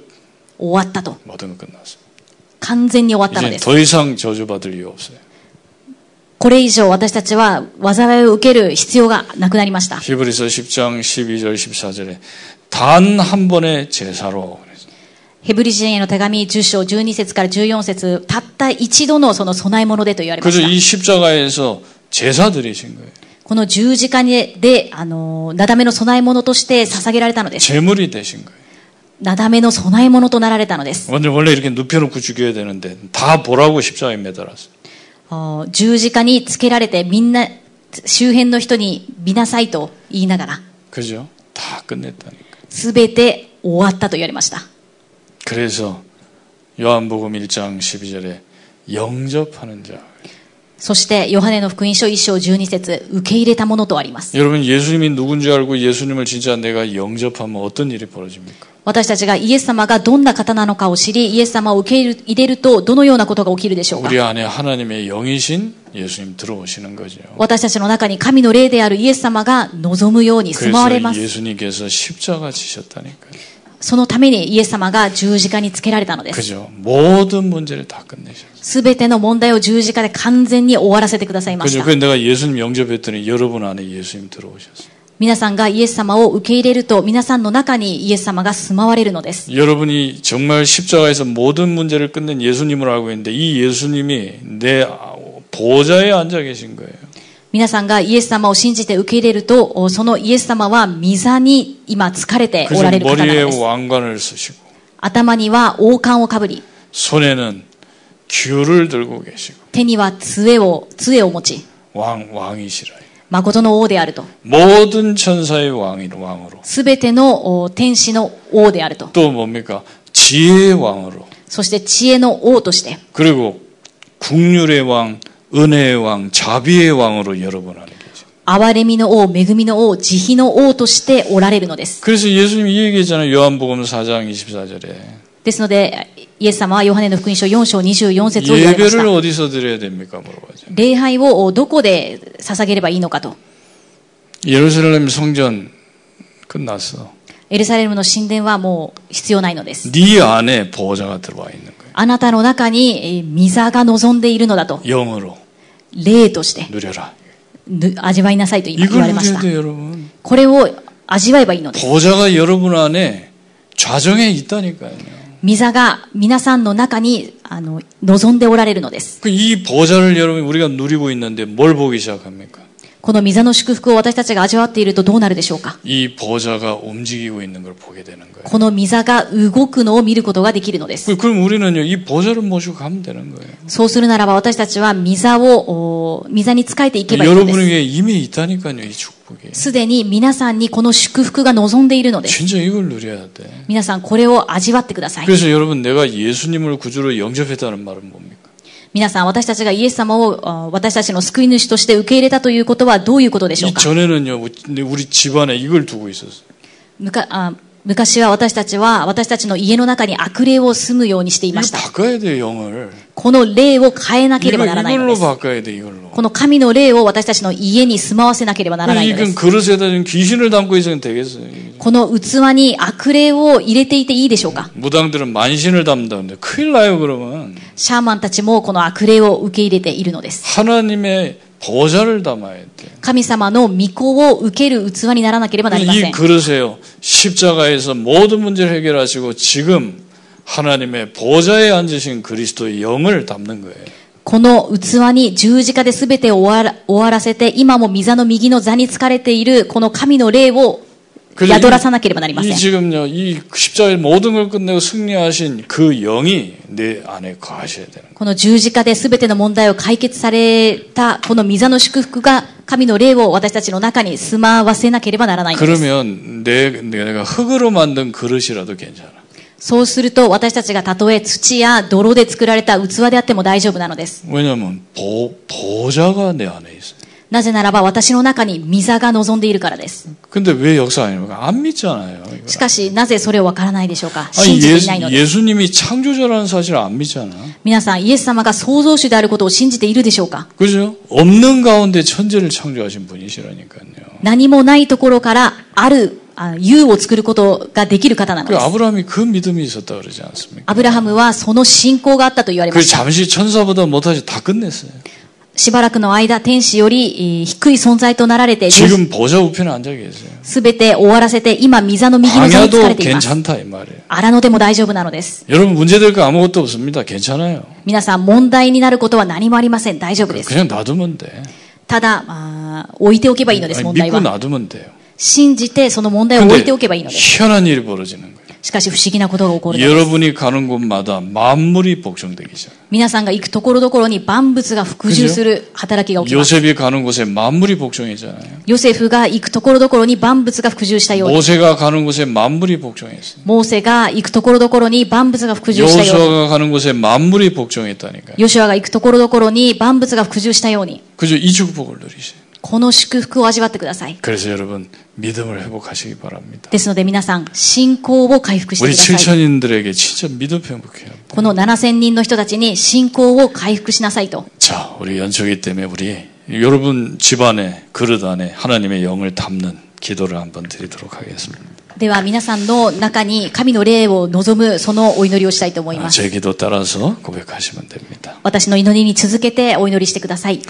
S2: 終わったと
S3: 모든 건 끝났어요.
S2: 完全に終わったの
S3: 이제
S2: です
S3: 더 이상 저주받을 이유 없어요.
S2: これ以上私たちは災いを受ける必要がなくなりま
S3: 아.
S2: した
S3: 히브리서 10장 12절 14절에 단 한 번의 제사로 그랬어요.
S2: ヘブリ人への手紙10章12節から14節たった一度のその備え物でと言われま
S3: 그래서
S2: した
S3: 이 십자가에서 제사 드리신 거예요.
S2: この十字架にで、あの、なだめの備え物として捧げられたの
S3: 네.
S2: です。
S3: 제물이 되신 거예요.
S2: なだめの備え物となられたのです。
S3: 원래 원래 이렇게 눕혀놓고 죽여야 되는데 다 보라고 십자가에 매달았어요.
S2: あー十字架につけられてみんな、周辺の人に見なさいと言いながら、
S3: 그죠? 다 끝냈다니까.
S2: すべて終わったと言われました。
S3: 그래서 요한복음 1장 12절에 영접하는 자.
S2: そして、ヨハネの福音書1章12節受け入れたものとあります。
S3: 여러분 예수님이 누군지 알고 예수님을 진짜 내가 영접하면 어떤 일이 벌어집니까?
S2: 私たちがイエス様がどんな方なのかを知り、イエス様を受け入れると、どのようなことが起きるでしょうか
S3: 우리 안에 하나님의 영이신 예수님 들어오시는 거죠.
S2: 私たちの中に神の霊であるイエス様が望むように住まわれま
S3: 그래서
S2: す。
S3: 예수님께서 십자가 지셨다니까요.
S2: そのためにイエス様が十字架につけられたのです。
S3: 그죠? 모든 문제를 다 끝내셨어요.
S2: すべての問題を十字架で完全に終わらせてくださいまし
S3: 그죠?
S2: た
S3: 그 。 내가 예수님 영접했더니 여러분 안에 예수님 들어오셨어요.
S2: 皆さんがイエス様を受け入れると、皆さんの中にイエス様が住まわれるのです。
S3: 여러분이 정말 십자가에서 모든 문제를 끝낸 예수님을 알고 있는데 이 예수님이 내 보좌에 앉아 계신 거예요.
S2: 皆さんがイエス様を信じて受け入れると、おそのイエス様は御座に今疲れてお
S3: 그래서
S2: られる方なの
S3: 머리에
S2: です。
S3: 왕관을 쓰시고
S2: 頭には王冠をかぶり、
S3: 손에는 규를 들고 계시고
S2: 手には杖を、杖を持ち、
S3: 왕 왕이시라.
S2: 誠の王であると。
S3: 모든 천사의 왕이 왕으로
S2: すべてのお天使の王であると。
S3: 또 뭡니까 지혜의 왕으로
S2: そして知恵の王として。
S3: 그리고 국률의 왕, 은혜의 왕, 자비의 왕으로 여러분 안에 계세요.
S2: 憐れみの王、恵みの王、慈悲の王としておられるのです。
S3: 그래서 예수님이 이 얘기했잖아요. 요한복음 4장 24절에
S2: ですので、イエス様はヨハネの福音書4章24節を言われまし
S3: 예배를
S2: た。
S3: 어디서 드려야 됩니까? 물어보죠.
S2: 礼拝をどこで捧げればいいのかと。
S3: 예루살렘 성전 끝났어.
S2: エルサレムの神殿はもう必要ないのです。
S3: 네 안에 보호자가 들어와 있는 거예요.
S2: あなたの中に、えー御座が望んでいるのだと、
S3: 영으로
S2: 霊として
S3: 누려라.
S2: ぬ味わいなさいと今言わ
S3: 이걸
S2: れまし
S3: 누려야
S2: た。
S3: 돼요, 여러분.
S2: これを味わえばいいのです。
S3: 보호자가 여러분 안에 좌정에 있다니까요. 그
S2: 御座が皆さんの中に、あの、望んでおられるのです。
S3: 그 이 보호자를 여러분 우리가 누리고 있는데 뭘 보기 시작합니까?
S2: この御座の祝福を私たちが味わっているとどうなるでしょうか
S3: 이 보호자가 움직이고 있는 걸 보게 되는 거예요.
S2: この御座が動くのを見ることができるのです。
S3: 그- 그럼 우리는요, 이 보호자를 모시고 가면 되는 거예요.
S2: そうするならば私たちは御座を、お御座に仕えていけばいいのです。
S3: 여러분에게 이미 있다니까요, 이 축복이.
S2: すでに皆さんにこの祝福が望んでいるのです。
S3: 진짜 이걸 누려야 돼.
S2: 皆さんこれを味わってください。
S3: 그래서 여러분, 내가 예수님을 구주로 영접했다는 말은 뭡니까?
S2: 皆さん私たちがイエス様をあ私たちの救い主として受け入れたということはどういうことでしょうか
S3: 이전에는요, 우리- 우리 집안에 이걸 두고 있었어.
S2: むかあ昔は私たちは私たちの家の中に悪霊を住むようにしてい
S3: 이거
S2: ました。
S3: 바꿔야 돼, 영을.
S2: この霊を変えなけ
S3: 이거,
S2: ればならないので
S3: 이걸로
S2: す。
S3: 바꿔야 돼, 이걸로.
S2: この神の霊を私たちの家に住まわせなければならないのです。
S3: 이건 그릇에다 지금 귀신을 담고 있으면 되겠어요.
S2: この器に悪霊を入れていていいでしょうか
S3: 무당들은 만신을 담는다는데 큰일 나요, 그러면.
S2: シャーマンたちもこの悪霊を受け入れているのです。
S3: 하나님의 보좌를 담아야 돼.
S2: 神様の御子を受ける器にならなければなりませ
S3: 이
S2: ん。
S3: 그릇에요. 십자가에서 모든 문제를 해결하시고 지금 하나님의 보좌에 앉으신 그리스도의 영을 담는 거예요.
S2: この器に十字架で全てを終わら終わらせて、今も御座の右の座に疲れているこの神の霊を
S3: 그래서 이-
S2: 야돌아 사나 기를 만나리 마세요.
S3: 이 지금요, 이 십자가의 모든 걸 끝내고 승리하신 그 영이 내 안에 거하셔야 되는 거예요.
S2: この十字架で全ての問題を解決された、この御座の祝福が、神の霊を私たちの中に住まわせなければならないのです。
S3: 그러면 내, 내가 흙으로 만든 그릇이라도 괜찮아.
S2: そうすると、私たちがたとえ土や泥で作られた器であっても大丈夫なのです。
S3: 왜냐하면 보, 보좌가 내 안에 있어요.
S2: なぜならば、私の中に御座が望んでいるからです。
S3: 근데 왜 역사 아닙니까? 안 믿잖아요. 이걸.
S2: しかし、なぜそれをわからないでしょうか
S3: 아니,
S2: 信じていないの
S3: 예수,
S2: です。
S3: 예수님이 창조자라는 사실을 안 믿잖아.
S2: 皆さん、イエス様が創造主であることを信じているでしょうか
S3: 그죠? 없는 가운데 천지를 창조하신 분이시라니까요.
S2: 何もないところから、ある、あ有を作ることができる方なの
S3: 그
S2: です。
S3: 아브라함이 그 믿음이 있었다 그러지 않습니까?
S2: アブラハムはその信仰があったと言われま
S3: 그
S2: した。
S3: 잠시 천사보다 못하지 다 끝냈어요.
S2: しばらくの間、天使よりえー低い存在となられて、
S3: 지금 보좌 우편에 앉아 계세요.
S2: すべて終わらせて、今、御座の右の座に疲れ
S3: 방야도
S2: ています。
S3: 괜찮다 이 말이에요.
S2: 荒野でも大丈夫なのです。
S3: 여러분 문제될 거 아무것도 없습니다. 괜찮아요.
S2: 皆さん、問題になることは何もありません。大丈夫です。
S3: 그냥 놔두면 돼.
S2: ただ、まあ、置いておけばいいのです、
S3: 아니,
S2: 問題
S3: 믿고
S2: は。
S3: 놔두면 돼요.
S2: 信じて、その問題を置い
S3: 근데
S2: ておけばいいのです。
S3: 희한한 일이 벌어지는 거예요.
S2: しかし、不思議なことが起こるのです。
S3: 여러분이 가는 곳마다 만물이 복종되기 시작.
S2: 皆さんが行くところどころに万物が服従する働きが起きます。
S3: 요셉이 가는 곳에 만물이 복종했잖아요.
S2: ヨセフが行くところどころに万物が服従
S3: 네,
S2: したように、
S3: 모세가 가는 곳에 만물이 복종했어요.
S2: モーセが行くところどころに万物が服従したように、
S3: 여호수아가 가는 곳에 만물이 복종했다니까요.
S2: ヨシュアが行くところどころに万物が服従したように、
S3: 그죠? 이 축복을 누리세요.
S2: この祝福を味わってください。
S3: 그래서 여러분 믿음을 회복하시기 바랍니다.
S2: ですので皆さん、信仰を回復して
S3: 우리
S2: ください。
S3: 7천인들에게 진짜 믿음 회복해요.
S2: この7000人の人たちに信仰を回復しなさいと。
S3: 자, 우리 연초기 때문에 우리 여러분 집안에 그릇 안에 하나님의 영을 담는 기도를 한번 드리도록 하겠습니다.
S2: では皆さんの中に神の霊を望むそのお祈りをしたいと思い
S3: 아,
S2: ます。
S3: 제 기도 따라서 고백하시면 됩니다.
S2: 私の祈りに続けてお祈りしてください。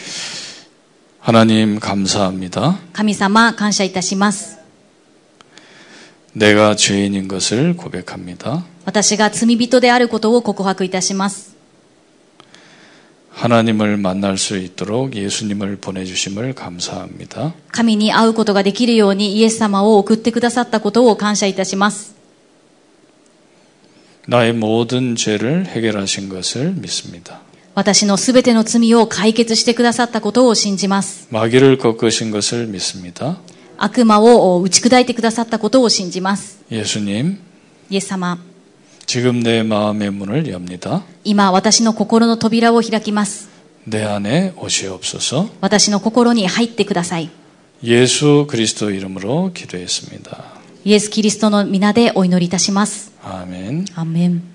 S3: 하나님 감사합니다.
S2: 神様、感謝いたします。
S3: 내가 죄인인 것을 고백합니다.
S2: 私が罪人であることを告白いたします。
S3: 하나님을 만날 수 있도록 예수님을 보내주심을 감사합니다.
S2: 神に会うことができるようにイエス様を送ってくださったことを感謝いたします。
S3: 나의 모든 죄를 해결하신 것을 믿습니다.
S2: 私のすべての罪を解決してくださったことを信じます。
S3: 마귀를 꺾으신 것을 믿습니다.
S2: 悪魔を打ち砕いてくださったことを信じます。
S3: 예수님,
S2: イエス様、
S3: 지금 내 마음의 문을 엽니다.
S2: 今私の心の扉を開きます。
S3: 내 안에 오시옵소서.
S2: 私の心に入ってください。
S3: 예수 그리스도 이름으로 기도했습니다.
S2: イエス・キリストの皆でお祈りいたします。
S3: 아멘.
S2: アーメン。